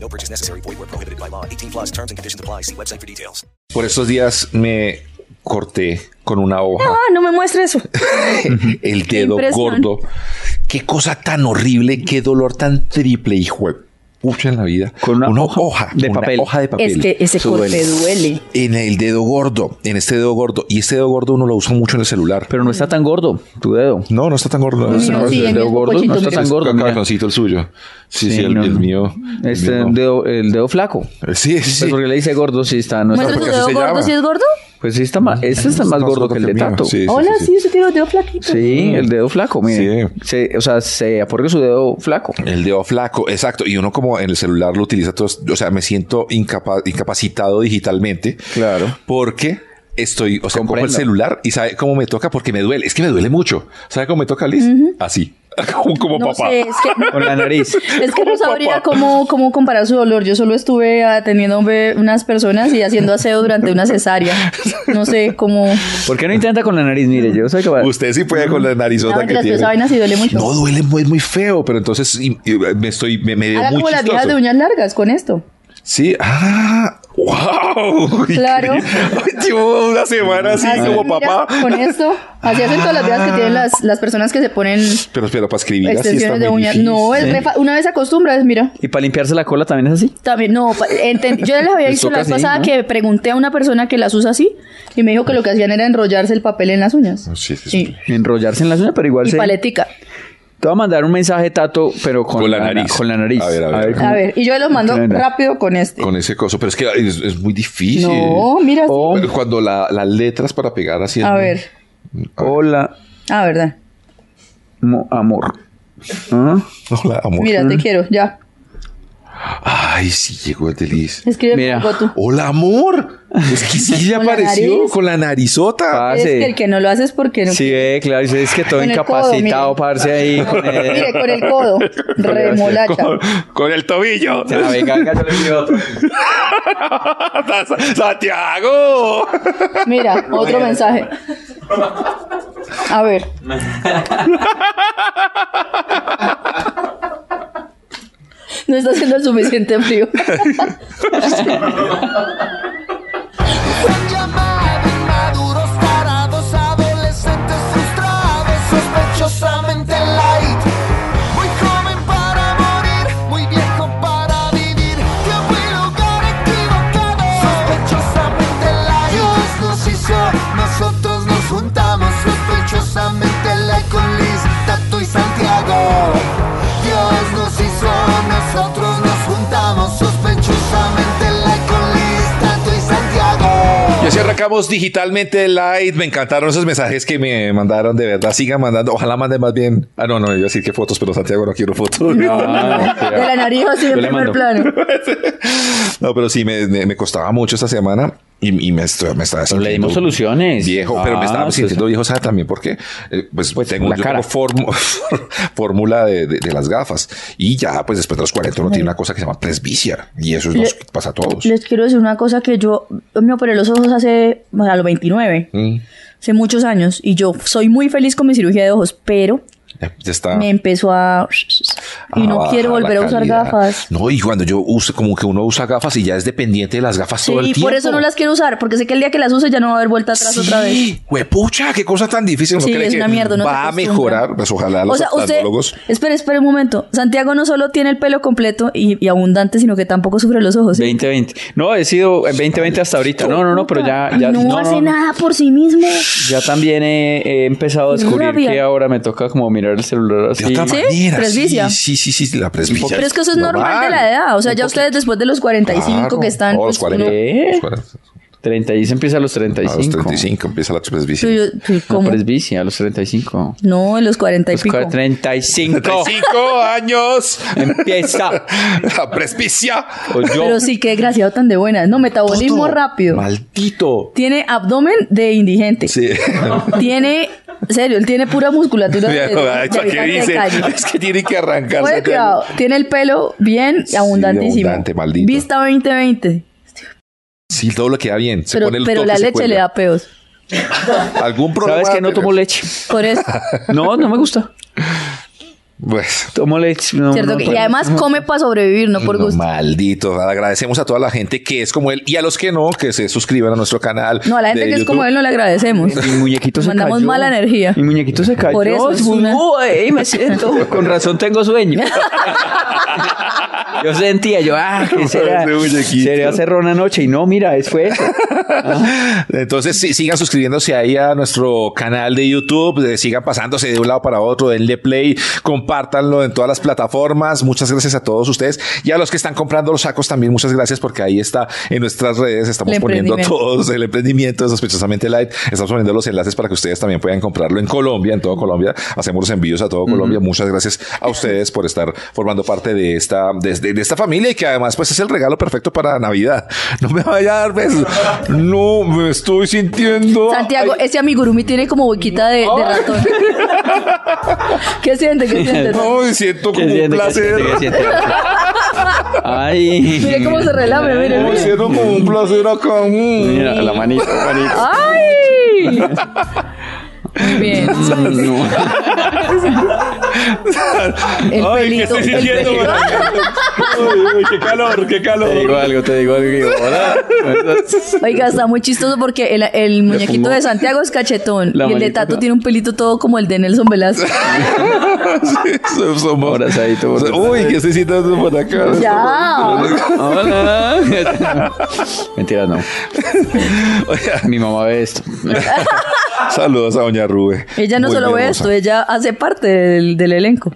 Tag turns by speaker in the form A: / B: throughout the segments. A: No purchase necessary. Void where prohibited by law. 18 plus terms and conditions apply. See website for details.
B: Por esos días me corté con una hoja
C: Ah, no me muestre eso.
B: el dedo
C: impresión.
B: gordo. Qué cosa tan horrible, qué dolor tan triple, hijo de pucha en la vida.
D: Con una hoja
B: hoja
D: de
B: una
D: papel.
B: hoja de papel.
C: Es que ese
B: Eso
C: corte duele.
B: En el dedo gordo, en este dedo gordo. Y este dedo gordo uno lo usa mucho en el celular.
D: Pero no está tan gordo tu dedo.
B: no, no está tan gordo.
C: Mío,
B: no,
C: sí,
B: el
C: el
B: dedo
C: mío es
B: gordo
C: poquito
B: no está tan
C: menos.
B: gordo.
D: mira.
B: Cabezoncito el suyo. Sí, sí,
D: Sí,
B: el,
D: no,
B: el
D: no.
B: mío. el
D: Este
B: mío no.
D: dedo, el dedo flaco.
B: Sí, sí.
D: Pues porque le dice gordo si está, no está-
C: Muestra tu
B: porque así
C: dedo
B: se
C: gordo
B: llama.
C: si es gordo.
D: Pues sí está más, este está más gordo que el de
B: mío.
D: Tato.
B: Sí, sí,
C: Hola,
B: sí,
C: sí,
B: sí.
C: usted tiene los dedos flaquitos.
D: Sí, el dedo flaco, mire.
B: Sí.
D: Se- o sea, se aporga su dedo flaco.
B: El dedo flaco, exacto. Y uno como en el celular lo utiliza todos. O sea, me siento incapa- incapacitado digitalmente.
D: Claro.
B: Porque estoy, o sea, cojo el
D: Comprendo.
B: celular y sabe cómo me toca porque me duele. Es que me duele mucho. ¿Sabe cómo me toca, Liz? Así. Como, como
C: No
B: papá.
C: sé, es
D: Con la
C: que,
D: nariz.
C: es que no sabría
B: papá.
C: cómo, cómo comparar su dolor. Yo solo estuve atendiendo a un be- unas personas y haciendo aseo durante una cesárea. No sé cómo.
D: ¿Por qué no intenta con la nariz? Mire, yo soy capaz.
B: Usted sí puede con la narizota
C: No,
B: que
C: mientras
B: tiene.
C: esa vaina sí duele mucho.
B: No duele, es muy feo, pero entonces y- y me estoy, me, me dio
C: Haga
B: muy
C: como las viejas
B: chistoso.
C: de uñas largas con esto.
B: Sí, ah, wow.
C: Claro.
B: Llevo una semana así
C: Así,
B: como
C: mira,
B: papá.
C: Con esto. Así hacen todas las viejas que tienen las, las personas que se ponen
B: Pero espera, para escribir así está
C: extensiones
B: muy
C: de uñas.
B: difícil.
C: No, es re fa- una vez acostumbras, mira.
D: Y para limpiarse la cola también es así.
C: También, no, pa- enten- yo ya les había
D: Les
C: dicho la
D: toca
C: vez
D: así,
C: pasada
D: ¿no?
C: que pregunté a una persona que las usa así y me dijo que lo que hacían era enrollarse el papel en las uñas.
B: Ah, Sí, sí, sí.
C: Y,
D: Enrollarse en las uñas, pero igual
C: y
D: se...
C: paletica.
D: Te voy a mandar un mensaje, Tato, pero con,
B: Con la nariz.
D: Con la nariz.
B: A ver, a ver, a
C: A
D: cómo-
C: ver, y yo los mando
D: Claro.
C: rápido con este.
B: Con Oh, ese coso, pero es que es, es muy difícil.
C: No, mira. sí.
D: O,
B: Pero Cuando la- las letras para pegar así. es
C: A
B: muy-
C: ver.
D: hola,
C: Ah, verdad.
D: mo- amor. Ah,
B: Hola, amor.
C: Mira, te quiero, ya.
B: Ay, sí, llegó el deliz.
C: Escribe
D: Mira.
C: algo tú.
B: Hola, amor. Es que sí ya
C: Con la
B: apareció
C: nariz. Ah,
B: con la narizota.
C: Es que
D: Parce.
C: el que no lo haces porque no.
D: Sí, ve, claro, dice, es que todo
C: Con el codo,
D: incapacitado,
C: mire.
D: parce, ahí. Con el...
C: Mire, con el codo. Remolacha.
B: Con, con el tobillo.
D: Ya, venga, venga, yo le pido otro.
B: ¡Santiago!
C: Mira, otro mensaje. A ver. No está haciendo el suficiente frío.
E: llamado inmaduros, tarados, adolescentes frustrados, sospechosamente light. Muy joven para morir, muy viejo para vivir. Tiempo y lugar equivocado, sospechosamente light. Dios nos hizo, nosotros nos juntamos, sospechosamente light con Liz, Tato y Santiago. Dios nos hizo, nosotros nos juntamos, sospechosamente light con Liz, Tato y Santiago.
B: Y así arrancamos digitalmente light. Me encantaron esos mensajes que me mandaron de verdad. Sigan mandando. Ojalá manden más bien. Ah, no, no, iba a decir que fotos, pero Santiago no quiero fotos.
C: De la nariz así en
D: Yo le
C: primer
D: mando.
C: plano.
B: No, pero sí, me, me- me costaba mucho esta semana y, y me, estoy- me estaba
D: Pero le dimos
B: sintiendo
D: soluciones.
B: Viejo, pero me
D: Ah,
B: estaba
D: pues,
B: sintiendo viejo, ¿sabes también porque pues,
D: Pues,
B: tengo,
D: la
B: yo
D: cara.
B: tengo formu- fórmula de, de- de las gafas y ya, pues después de los 40 uno tiene una cosa que se llama presbicia y eso nos
C: Le-
B: pasa a todos.
C: Les quiero decir una cosa que yo yo me operé los ojos hace bueno, a los 29,
B: Mm,
C: hace muchos años, y yo soy muy feliz con mi cirugía de ojos, pero
B: ya- ya está.
C: me empezó a... Y
B: a
C: no
B: bajar
C: quiero
B: Ah. la
C: volver a usar
B: calidad.
C: gafas.
B: No, y cuando yo uso, como que uno usa gafas y ya es dependiente de las gafas
C: Sí,
B: todo el
C: y
B: tiempo.
C: por eso no las quiero usar, porque sé que el día que las use ya no va a haber vuelta atrás otra vez.
B: Sí, huepucha, qué cosa tan difícil. Uno
C: Sí,
B: cree
C: es
B: que
C: una mierda, uno se
B: va a
C: acostumbra.
B: mejorar, pues ojalá los
C: o sea, usted,
B: oftalmólogos-
C: espere, espere un momento. Santiago no solo tiene el pelo completo y, y abundante, sino que tampoco sufre los ojos. ¿sí?
D: 2020. No, he sido eh, 2020 hasta ahorita. No, no, no, pero ya.
C: Ay,
D: ya
C: no, hace nada por sí mismo.
D: Ya también he, he empezado a descubrir
C: Rabia.
D: que ahora me toca como mirar el celular así.
B: De otra
C: ¿Sí?
B: manera.
C: Presbicia.
B: Sí, sí, sí, sí, la presbicia.
C: Pero es que eso es normal, de la edad. O sea, ya ustedes después de los 45
B: Claro.
C: que están.
B: No, los
C: pues, uno-
B: 40.
D: uno-
B: los 40.
D: 30 y se empieza a los 35.
B: A los 35 empieza la
C: Tú,
B: presbicia.
C: yo- tú,
D: No,
C: ¿cómo?
D: presbicia, a los 35.
C: No, en los cuarenta y
D: Los
C: pico.
D: cua- 35.
B: 35 años.
D: Empieza.
B: La presbicia.
D: O yo.
C: Pero sí, qué desgraciado tan de buenas. No, metabolismo
B: Todo.
C: rápido.
D: Maldito.
C: Tiene abdomen de indigente.
B: Sí.
C: Tiene, serio, él tiene pura musculatura. de- de
B: Ay, ¿para ¿Qué
C: habitante de
B: dice?
C: calle.
B: Es que tiene que arrancarse.
C: Oye, cuidado. Tiene el pelo bien
B: Sí,
C: abundantísimo.
B: abundante, maldito.
C: Vista 2020.
B: Sí, todo lo queda bien. Se
C: Pero,
B: pone el
C: pero
B: toque
C: la
B: y se
C: leche le
B: cuelga.
C: da peos.
B: ¿Algún problema?
D: ¿Sabes que no tomo leche?
C: Por eso.
D: No, no me gusta.
B: Pues,
D: Tomo leche. no,
C: ¿cierto?
D: no,
C: Que-
D: no.
C: y además come para sobrevivir, no por
B: no,
C: gusto.
B: maldito. Agradecemos a toda la gente que es como él y a los que no, que se suscriban a nuestro canal.
C: No, a la gente
B: de
C: que es
B: YouTube.
C: como él no le agradecemos.
D: Mi muñequito se
C: Mandamos
D: cayó.
C: mala energía.
D: Mi muñequito se cayó.
C: Por eso es una-
D: Uy, me siento. Con razón tengo sueño. yo sentía, yo, ah, que será.
B: Ese muñequito.
D: Sería cerrona noche. Y no, mira, es fue eso.
B: Entonces, sí, sigan suscribiéndose ahí a nuestro canal de YouTube, eh, sigan pasándose de un lado para otro, denle play, compártanlo en todas las plataformas. Muchas gracias a todos ustedes y a los que están comprando los sacos también, muchas gracias porque ahí está en nuestras redes, estamos
C: El
B: poniendo
C: emprendimiento.
B: todos el emprendimiento de sospechosamente light, estamos poniendo los enlaces para que ustedes también puedan comprarlo en Colombia, en todo Colombia. Hacemos los envíos a todo Colombia. Muchas gracias a ustedes por estar formando parte de esta, de, de- de esta familia y que además pues es el regalo perfecto para Navidad. No me vaya a dar besos. No, me estoy sintiendo.
C: Santiago,
B: Ay,
C: ese amigurumi tiene como boquita de, de ratón. ¿Qué siente? ¿Qué siente?
B: ay, siento como
D: Que
B: un
D: siente, que
B: placer.
D: siente, que siente. Ay.
C: Mire cómo se relame, mire,
B: Ay,
C: mire.
B: siento como un placer acá. Mm.
D: Mira, la manita, la manita.
C: ¡Ay! Muy bien.
D: No.
C: El pelito. el pelito.
B: qué calor, qué
D: Te
B: calor.
D: digo algo, te digo algo. que digo, hola.
C: Oiga, está muy chistoso porque el, el muñequito
D: pongo-
C: de Santiago es cachetón
D: La
C: y el de
D: manito
C: Tato
D: acá.
C: tiene un pelito todo como el de Nelson Velasco.
B: Somos-
D: Abrazadito por
B: Uy, que estoy sintiendo por acá.
C: ya.
D: Hola. Mentira, no.
B: Oiga,
D: Mi mamá ve esto.
B: Saludos a Doña Rube.
C: Ella no
B: Muy
C: solo ve
B: hermosa.
C: esto, ella hace parte del, del elenco.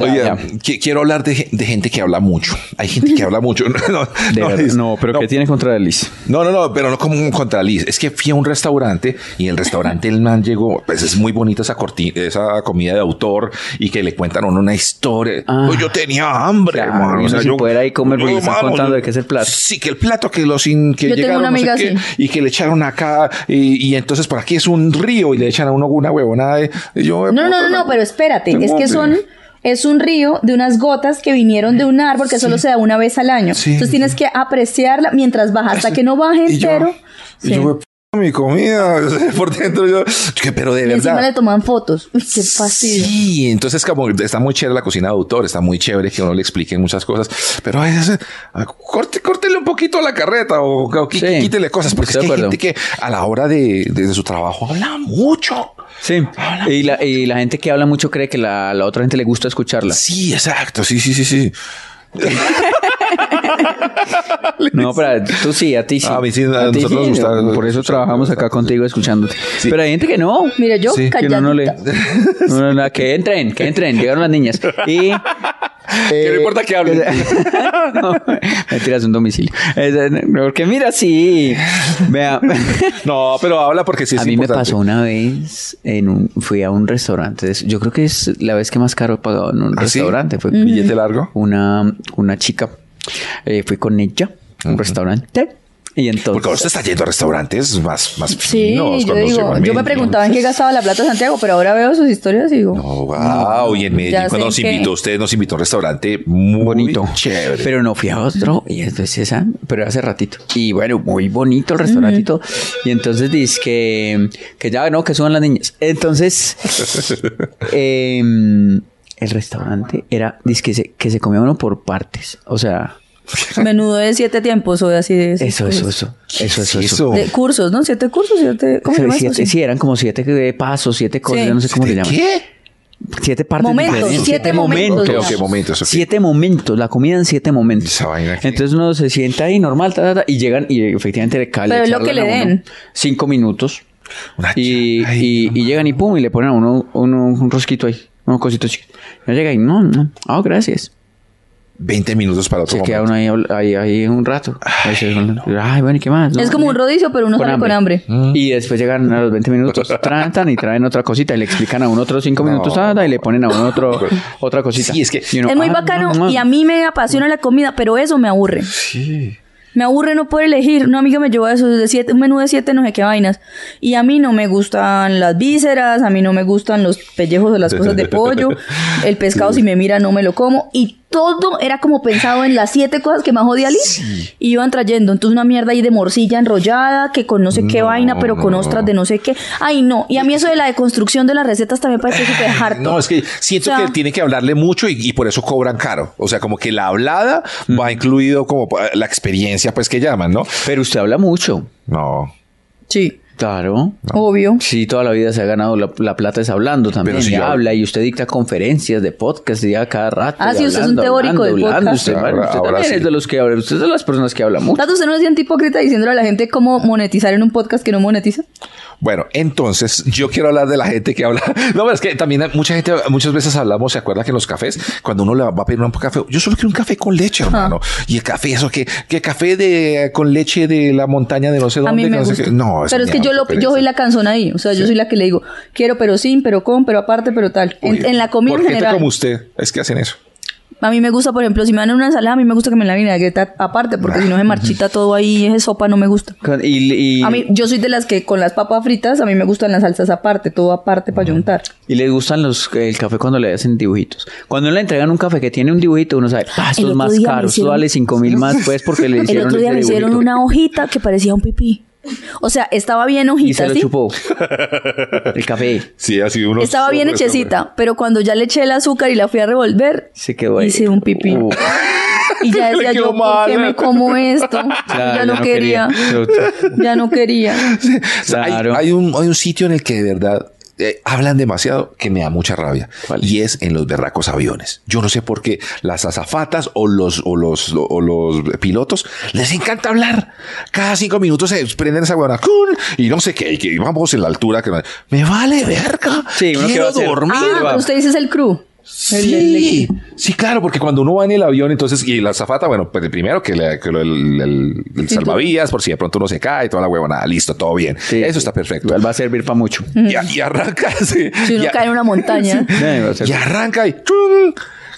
B: Oye,
D: Ya.
B: qui- quiero hablar de, ge- de gente que habla mucho. Hay gente que habla mucho. No, no,
D: De
B: no,
D: verdad.
B: Liz,
D: no, pero
B: no,
D: ¿qué tiene contra Liz?
B: no, no, no, pero no como un contra Liz. Es que fui a un restaurante y en el restaurante el man llegó, pues es muy bonita esa corti- esa comida de autor y que le cuentan a uno una historia.
D: Ah.
B: Pues yo tenía hambre,
D: Claro,
B: hermano.
D: uno sin poder ahí comer porque le están
B: hermano,
D: contando
B: yo-
D: de qué es el plato.
B: Sí, que el plato que los in- que
C: Yo tengo
B: llegaron
C: una
B: no sé
C: amiga
B: qué,
C: así.
B: y que le echaron acá y, y entonces por aquí es un río y le echan a uno una huevonada de y yo,
C: No, no, no, no, pero espérate, es que son es un río de unas gotas que vinieron de un árbol que solo se da una vez al año.
B: Sí,
C: Entonces tienes que apreciarla mientras baja hasta que no baje
B: Y yo-
C: entero.
B: Y
C: Sí.
B: yo, "Hue- mi comida por dentro. Yo, que, pero de
C: Y encima le
B: verdad.
C: toman fotos. Uy, qué fastidio.
B: Sí, entonces como está muy chévere la cocina de autor, está muy chévere que uno le explique muchas cosas, pero ay, ese- ah, corte, córtele un poquito la carreta o, o qui-
D: Sí.
B: quítele cosas, porque es que
D: Estoy de
B: hay
D: acuerdo.
B: gente que a la hora de, de- de su trabajo habla mucho.
D: Sí. Y la, y la gente que habla mucho cree que la, la otra gente le gusta escucharla.
B: Sí, exacto, sí, sí, sí, sí.
D: No, pero tú sí, a ti sí.
B: A mí sí, a
D: ti
B: nosotros nos gusta
D: Por eso
B: escuchar
D: trabajamos acá contigo escuchándote. Pero hay gente que no.
C: Mira, yo
B: Sí,
D: Que
C: calladita.
D: no, no le. No, no, no, que entren, que entren. Llegaron las niñas. Y.
B: no importa Eh, que hablen.
D: no, mentiras, un domicilio. Es, eh, Porque mira, sí. Vea.
B: No, pero habla porque sí es
D: a mí me
B: importante.
D: pasó una vez, en un, fui a un restaurante. es- Yo creo que es la vez que más caro he pagado en un
B: ¿Ah, sí?
D: restaurante. Fue
B: ¿Billete largo?
D: Una, una chica. eh, fui con ella a un restaurante. Y entonces.
B: Porque ahora usted está yendo a restaurantes más, más
C: Sí,
B: finos.
C: yo
B: con los
C: digo, yo me
B: igualmente.
C: preguntaba en qué gastaba la plata Santiago, pero ahora veo sus historias y digo,
B: Oh, wow. Y en Medellín,
C: Ya
B: cuando
C: sé
B: nos
C: que-
B: invitó, usted nos invitó a un restaurante muy
D: bonito.
B: chévere.
D: Pero no fui a otro, y entonces esa, pero hace ratito. Y bueno, muy bonito el restaurantito. Y entonces dice que, que ya no, que suban las niñas. Entonces, em, el restaurante era, dice que se, que se comía uno por partes. O sea,
C: menudo de siete tiempos o de así de
D: eso, eso, eso. Eso, eso, eso.
C: De cursos, ¿no? Siete cursos, siete, ¿cómo se llama eso?
D: Siete,
C: Sí.
D: sí, eran como siete eh, pasos, siete cosas,
C: Sí.
D: yo no sé cómo se llaman.
B: ¿Qué?
D: Siete partes.
C: Momentos,
D: diferentes.
C: siete momentos.
B: Ok,
C: Ya.
B: ok, momentos. ok.
D: Siete momentos, la comida en siete momentos.
B: Esa vaina que-
D: Entonces uno se sienta ahí normal, ta, ta, ta, y llegan y efectivamente le caen.
C: Pero es lo que le den.
D: Cinco minutos.
B: Una
D: Y,
B: charla, ay,
D: y- y llegan y pum, y le ponen a uno, uno un rosquito ahí, un cosito chiquito. Y uno llega y no, no, ah, oh, gracias.
B: 20 minutos para otro
D: Se queda
B: momento.
D: uno ahí, habl- ahí, ahí un rato. Ahí se- Ay, bueno, ¿y qué más? No,
C: Es como un
D: eh,
C: rodicio, pero uno sale con hambre.
D: Y después llegan a los 20 minutos, tratan y traen otra cosita y le explican a uno otros 5
B: No.
D: minutos nada y le ponen a uno otro, otra cosita.
B: Sí, es que-
D: Y uno,
C: es muy
D: ah,
C: bacano
D: no, no.
C: y a mí me apasiona la comida, pero eso me aburre.
B: Sí.
C: Me aburre no poder elegir. Una amiga me llevó a esos de siete, un menú de siete no sé qué vainas. Y a mí no me gustan las vísceras, a mí no me gustan los pellejos de las cosas de pollo. El pescado si me mira no me lo como. Y todo era como pensado en las siete cosas que más jodía Liz. Y iban trayendo. Entonces una mierda ahí de morcilla enrollada, que con no sé qué
B: No,
C: vaina, pero con
B: no.
C: ostras de no sé qué. Ay, no. Y a mí eso de la deconstrucción de las recetas también parece súper harto.
B: No, es que siento
C: O sea-
B: que tiene que hablarle mucho y, y por eso cobran caro. O sea, como que la hablada
D: Mm.
B: va incluido como pa- la experiencia, pues que llaman, ¿no?
D: Pero usted habla mucho.
B: No.
C: Sí,
D: Claro.
C: obvio.
D: Sí, toda la vida se ha ganado la, la plata es hablando también.
B: Pero si
D: y
B: yo-
D: habla y usted dicta conferencias de podcast y a cada rato.
C: Ah,
D: y
C: sí, usted es
D: hablando,
C: un teórico
D: hablando,
C: del
D: hablando.
C: podcast.
D: Usted,
B: Ahora-
D: usted
B: ahora
D: también
B: sí.
D: es de los que habla. Usted es de las personas que habla mucho.
C: Tato, ¿usted no se siente hipócrita diciéndole a la gente cómo monetizar en un podcast que no monetiza?
B: Bueno, entonces yo quiero hablar de la gente que habla. No, pero es que también hay mucha gente, muchas veces hablamos, se acuerda que en los cafés, cuando uno le va a pedir un café, yo solo quiero un café con leche, hermano. Y el café, eso que, que café de con leche de la montaña de no sé dónde.
C: A mí
B: que
C: me
B: no sé
C: gusta.
B: qué. No, eso
C: pero es
B: me
C: que
B: da mucha
C: yo, lo, yo soy
B: pereza.
C: la canzona ahí. O sea, yo soy la que le digo, quiero, pero sin, pero con, pero aparte, pero tal. En, en la comida
B: Por
C: en
B: gente
C: general.
B: como usted, es que hacen eso.
C: A mí me gusta, por ejemplo, si me dan una ensalada, a mí me gusta que me la vinagreta aparte, porque si no se marchita todo ahí, esa sopa no me gusta.
D: Con- y, y-
C: A mí, yo soy de las que con las papas fritas, a mí me gustan las salsas aparte, todo aparte para untar.
D: y le gustan los el café cuando le hacen dibujitos. Cuando le entregan un café que tiene un dibujito, uno sabe, ah,
C: El
D: esto es
C: otro
D: más
C: día me
D: caro, esto
C: hicieron-
D: vale 5 mil más, pues, porque le
C: El
D: hicieron
C: otro día
D: este
C: me hicieron
D: dibujito.
C: una hojita que parecía un pipí. O sea, estaba bien hojita,
D: Y se lo
C: ¿sí?
D: chupó. El café.
B: Sí, así uno.
C: Estaba bien hechecita, pero cuando ya le eché el azúcar y la fui a revolver,
D: Se quedó ahí.
C: hice un pipí.
D: Uh,
C: Y ya decía
B: quedó
C: yo, ¿por
B: mal".
C: qué me como esto?
D: claro,
C: ya no, quería. Ya no quería.
B: O sea, hay-
D: Claro.
B: hay, un, hay un sitio en el que de verdad eh, hablan demasiado que me da mucha rabia
D: ¿Cuál?
B: y es en los berracos aviones. Yo no sé por qué las azafatas o los, o los, o los pilotos les encanta hablar. Cada cinco minutos se prenden esa huevona ¡cun! y no sé qué, y que vamos en la altura que no- me vale verga.
D: Sí, uno que va a
B: quiero
D: hacer-
B: dormir.
C: Ah, pero usted dice es el crew. El- el- el-
B: Sí, sí, claro, porque cuando uno va en el avión, entonces, y la zafata, bueno, pues primero que, le, que lo- el, el- el salvavidas, por si de pronto uno se cae, y toda la huevonada, listo, todo bien.
D: Sí,
B: Eso
D: sí.
B: está perfecto.
D: Va a servir para mucho.
B: Y, a- y arranca, sí.
C: Si uno
B: y a-
C: cae en una montaña.
D: Sí, Eh, va a
B: y
D: servir.
B: arranca y ¡chun!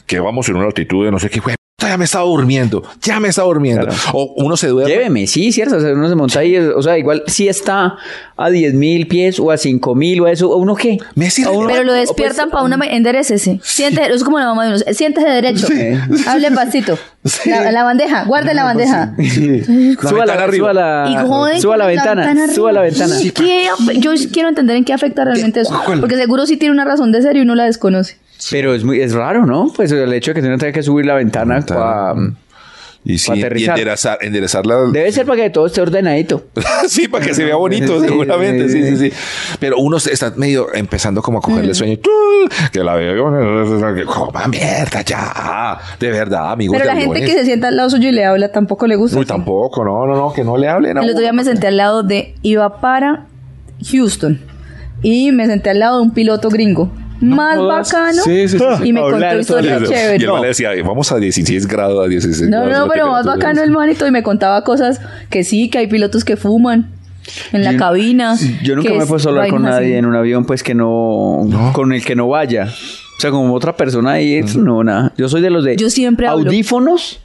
B: que vamos en una altitud de no sé qué, güey, puta, ya me estaba durmiendo, ya me estaba durmiendo. O uno se duerme.
D: Lléveme, sí, cierto. O sea, uno se monta ahí, o sea, igual si está a 10 mil pies o a 5 mil o a eso, ¿a ¿uno qué?
B: Me sirve.
D: A uno-
C: Pero lo
D: pues,
C: despiertan para una... ma- Enderécese. Siéntese, es como la mamá de unos. Siéntese derecho. Hable pasito.
B: Sí.
C: La, la bandeja. Guarde la bandeja.
B: ventana
D: Suba la,
B: arriba.
D: suba la,
C: Y joden
D: Ah, suba
C: con
D: la ventana,
C: arriba.
D: suba la ventana.
C: ¿Y qué af- Yo quiero entender en qué afecta realmente eso.
B: ¿Cuál?
C: Porque seguro sí tiene una razón de ser y uno la desconoce.
D: Pero es muy, es raro, ¿no? Pues el hecho de que uno tenga que subir la ventana,
B: Ventana.
D: pa-
B: Y, sí,
D: Para
B: y
D: aterrizar.
B: enderezar, enderezar la.
D: debe ser para que todo esté ordenadito.
B: sí, para que se vea bonito,
D: Sí,
B: seguramente. Sí, sí, sí. Pero uno se- está medio empezando como a cogerle sueño. ¡Tum! Que la veo. que Coma mierda ya. De verdad, amigos.
C: Pero
B: de
C: la gente
B: aviones.
C: que se sienta al lado suyo y le habla tampoco le gusta.
B: Uy, tampoco. No, no, no. Que no le hablen. a
C: El otro
B: uno.
C: día me senté al lado de, iba para Houston y me senté al lado de un piloto gringo. Más
D: jodas.
C: bacano.
B: Sí, sí, sí, sí.
C: Y me contó
D: Hablar todo el
C: historias
D: día.
B: Y
C: chéveres.
B: el man le decía, "Ay, vamos a 16 grados, a 16
C: No,
B: grados.
C: no,
B: la
C: pero más
B: temperatura".
C: bacano el manito y me contaba cosas que sí, que hay pilotos que fuman en la cabina.
D: Yo nunca
C: que
D: me he
C: es
D: puesto a hablar con
C: vainas así.
D: nadie en un avión, pues que no,
B: No.
D: con el que no vaya. O sea, como otra persona ahí, es- no, nada. Yo soy de los de
C: Yo siempre hablo.
D: audífonos,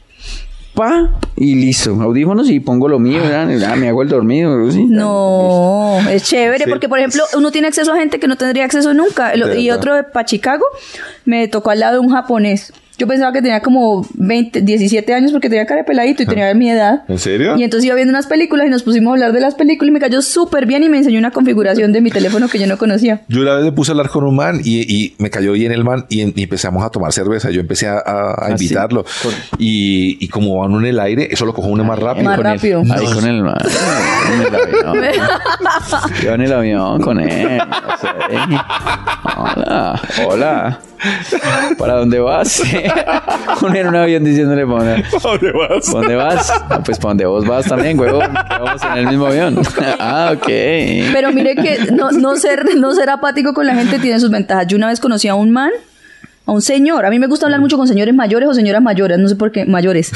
D: pa, y listo. Audífonos y pongo lo mío, ya, ya, me hago el dormido. sí, ya.
C: No, es chévere porque, por ejemplo, uno tiene acceso a gente que no tendría acceso nunca. Lo-
B: De
C: Y
B: verdad.
C: otro de para Chicago me tocó al lado de un japonés. Yo pensaba que tenía como 20, 17 años porque tenía cara de peladito y tenía mi edad.
B: Ah. ¿En serio?
C: Y entonces iba viendo unas películas y nos pusimos a hablar de las películas y me cayó súper bien y me enseñó una configuración de mi teléfono que yo no conocía.
B: Yo una vez me puse a hablar con un man y, y me cayó bien el man y, y empezamos a tomar cerveza. Yo empecé a, a- a
D: Ah, sí.
B: invitarlo.
D: Por-
B: Y, y como van uno en el aire, eso lo cojo uno más rápido.
C: Más
D: Ah, Con él.
C: rápido.
D: Ahí con el, man, en el avión. Yo en el avión con él. no sé. Hola, hola. ¿Para dónde vas? Uno en un avión diciéndole para dónde
B: ¿Dónde vas?
D: ¿Para dónde vas? Ah, pues para dónde vos vas también, huevón. que Vamos en el mismo avión. ah, ok.
C: Pero mire que no, no ser, no ser apático con la gente tiene sus ventajas. Yo una vez conocí a un man a un señor. A mí me gusta
B: Mm.
C: hablar mucho con señores mayores o señoras mayores, no sé por qué, mayores.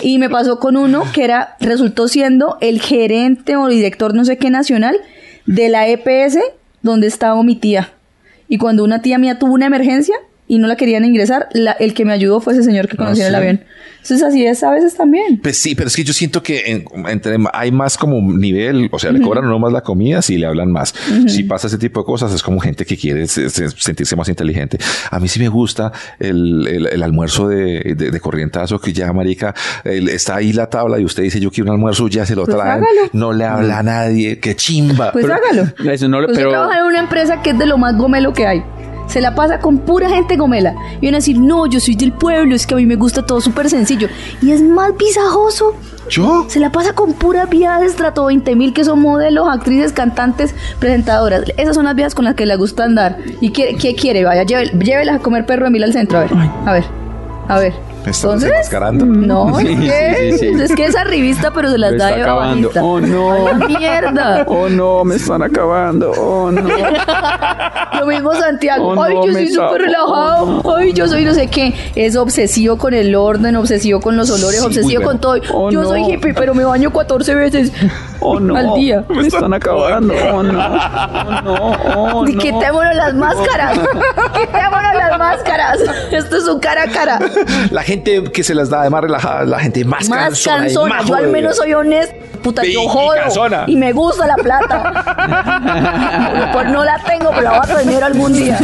C: Y me pasó con uno que era, resultó siendo el gerente o director no sé qué nacional de la EPS donde estaba mi tía. Y cuando una tía mía tuvo una emergencia y no la querían ingresar, la- el que me ayudó fue ese señor que conocía en el
B: Ah, sí.
C: avión. Entonces así es a veces también.
B: Pues sí, pero es que yo siento que en- entre ma- hay más como nivel, o sea, le cobran uno más la comida si le hablan más. Si pasa ese tipo de cosas, es como gente que quiere se- se- sentirse más inteligente. A mí sí me gusta el, el- el almuerzo de, de- de corrientazo que ya, marica, el- está ahí la tabla y usted dice yo quiero un almuerzo, ya se lo
C: Pues
B: traen.
C: hágalo.
B: No le habla a nadie, qué chimba.
C: Pues
B: Pero-
C: hágalo.
D: Eso no le-
C: Usted
D: pero-
C: trabaja en una empresa que es de lo más gomelo que hay. Se la pasa con pura gente gomela. Y van a decir, no, yo soy del pueblo, es que a mí me gusta todo súper sencillo. Y es más visajoso.
B: yo.
C: Se la pasa con puras vías de estrato 20 mil que son modelos, actrices, cantantes, presentadoras. Esas son las vías con las que le gusta andar. ¿Y quiere, qué quiere? Vaya, lleve- llévelas a comer perro de mil al centro. A ver, a ver, a ver.
B: Me están
C: Entonces, mm.
B: desenmascarando.
C: no,
D: Sí,
C: es, que,
D: sí, sí, sí.
C: es que esa revista, pero se las
D: Me
C: da
D: está
C: de
D: acabando.
C: bajista.
D: Oh, no.
C: A la mierda.
D: Oh no, me están acabando. Oh no.
C: Lo mismo Santiago.
D: Oh,
C: Ay,
D: no,
C: yo
D: me Oh,
C: soy
D: tapo.
C: súper relajado. Ay, yo soy no sé qué. Es obsesivo con el orden, obsesivo con los olores,
B: Sí,
C: obsesivo
B: uy,
C: con todo.
D: Oh,
C: yo
D: no.
C: soy hippie, pero me baño 14 veces
D: Oh no.
C: al día.
D: Me están acabando. Oh no. Oh no. Oh
C: Y
D: no.
C: Quitémonos las máscaras. Quitémonos las máscaras. Esto es un cara a cara.
B: La gente que se las da de más relajada, la gente más,
C: Más
B: cansona. y
C: cansona.
B: más
C: Yo al
B: jodida.
C: menos soy honesta. Puta,
B: Sí,
C: yo
B: y
C: jodo.
B: cansona.
C: Y me gusta la plata. Pues no la tengo, pero la voy a tener algún día.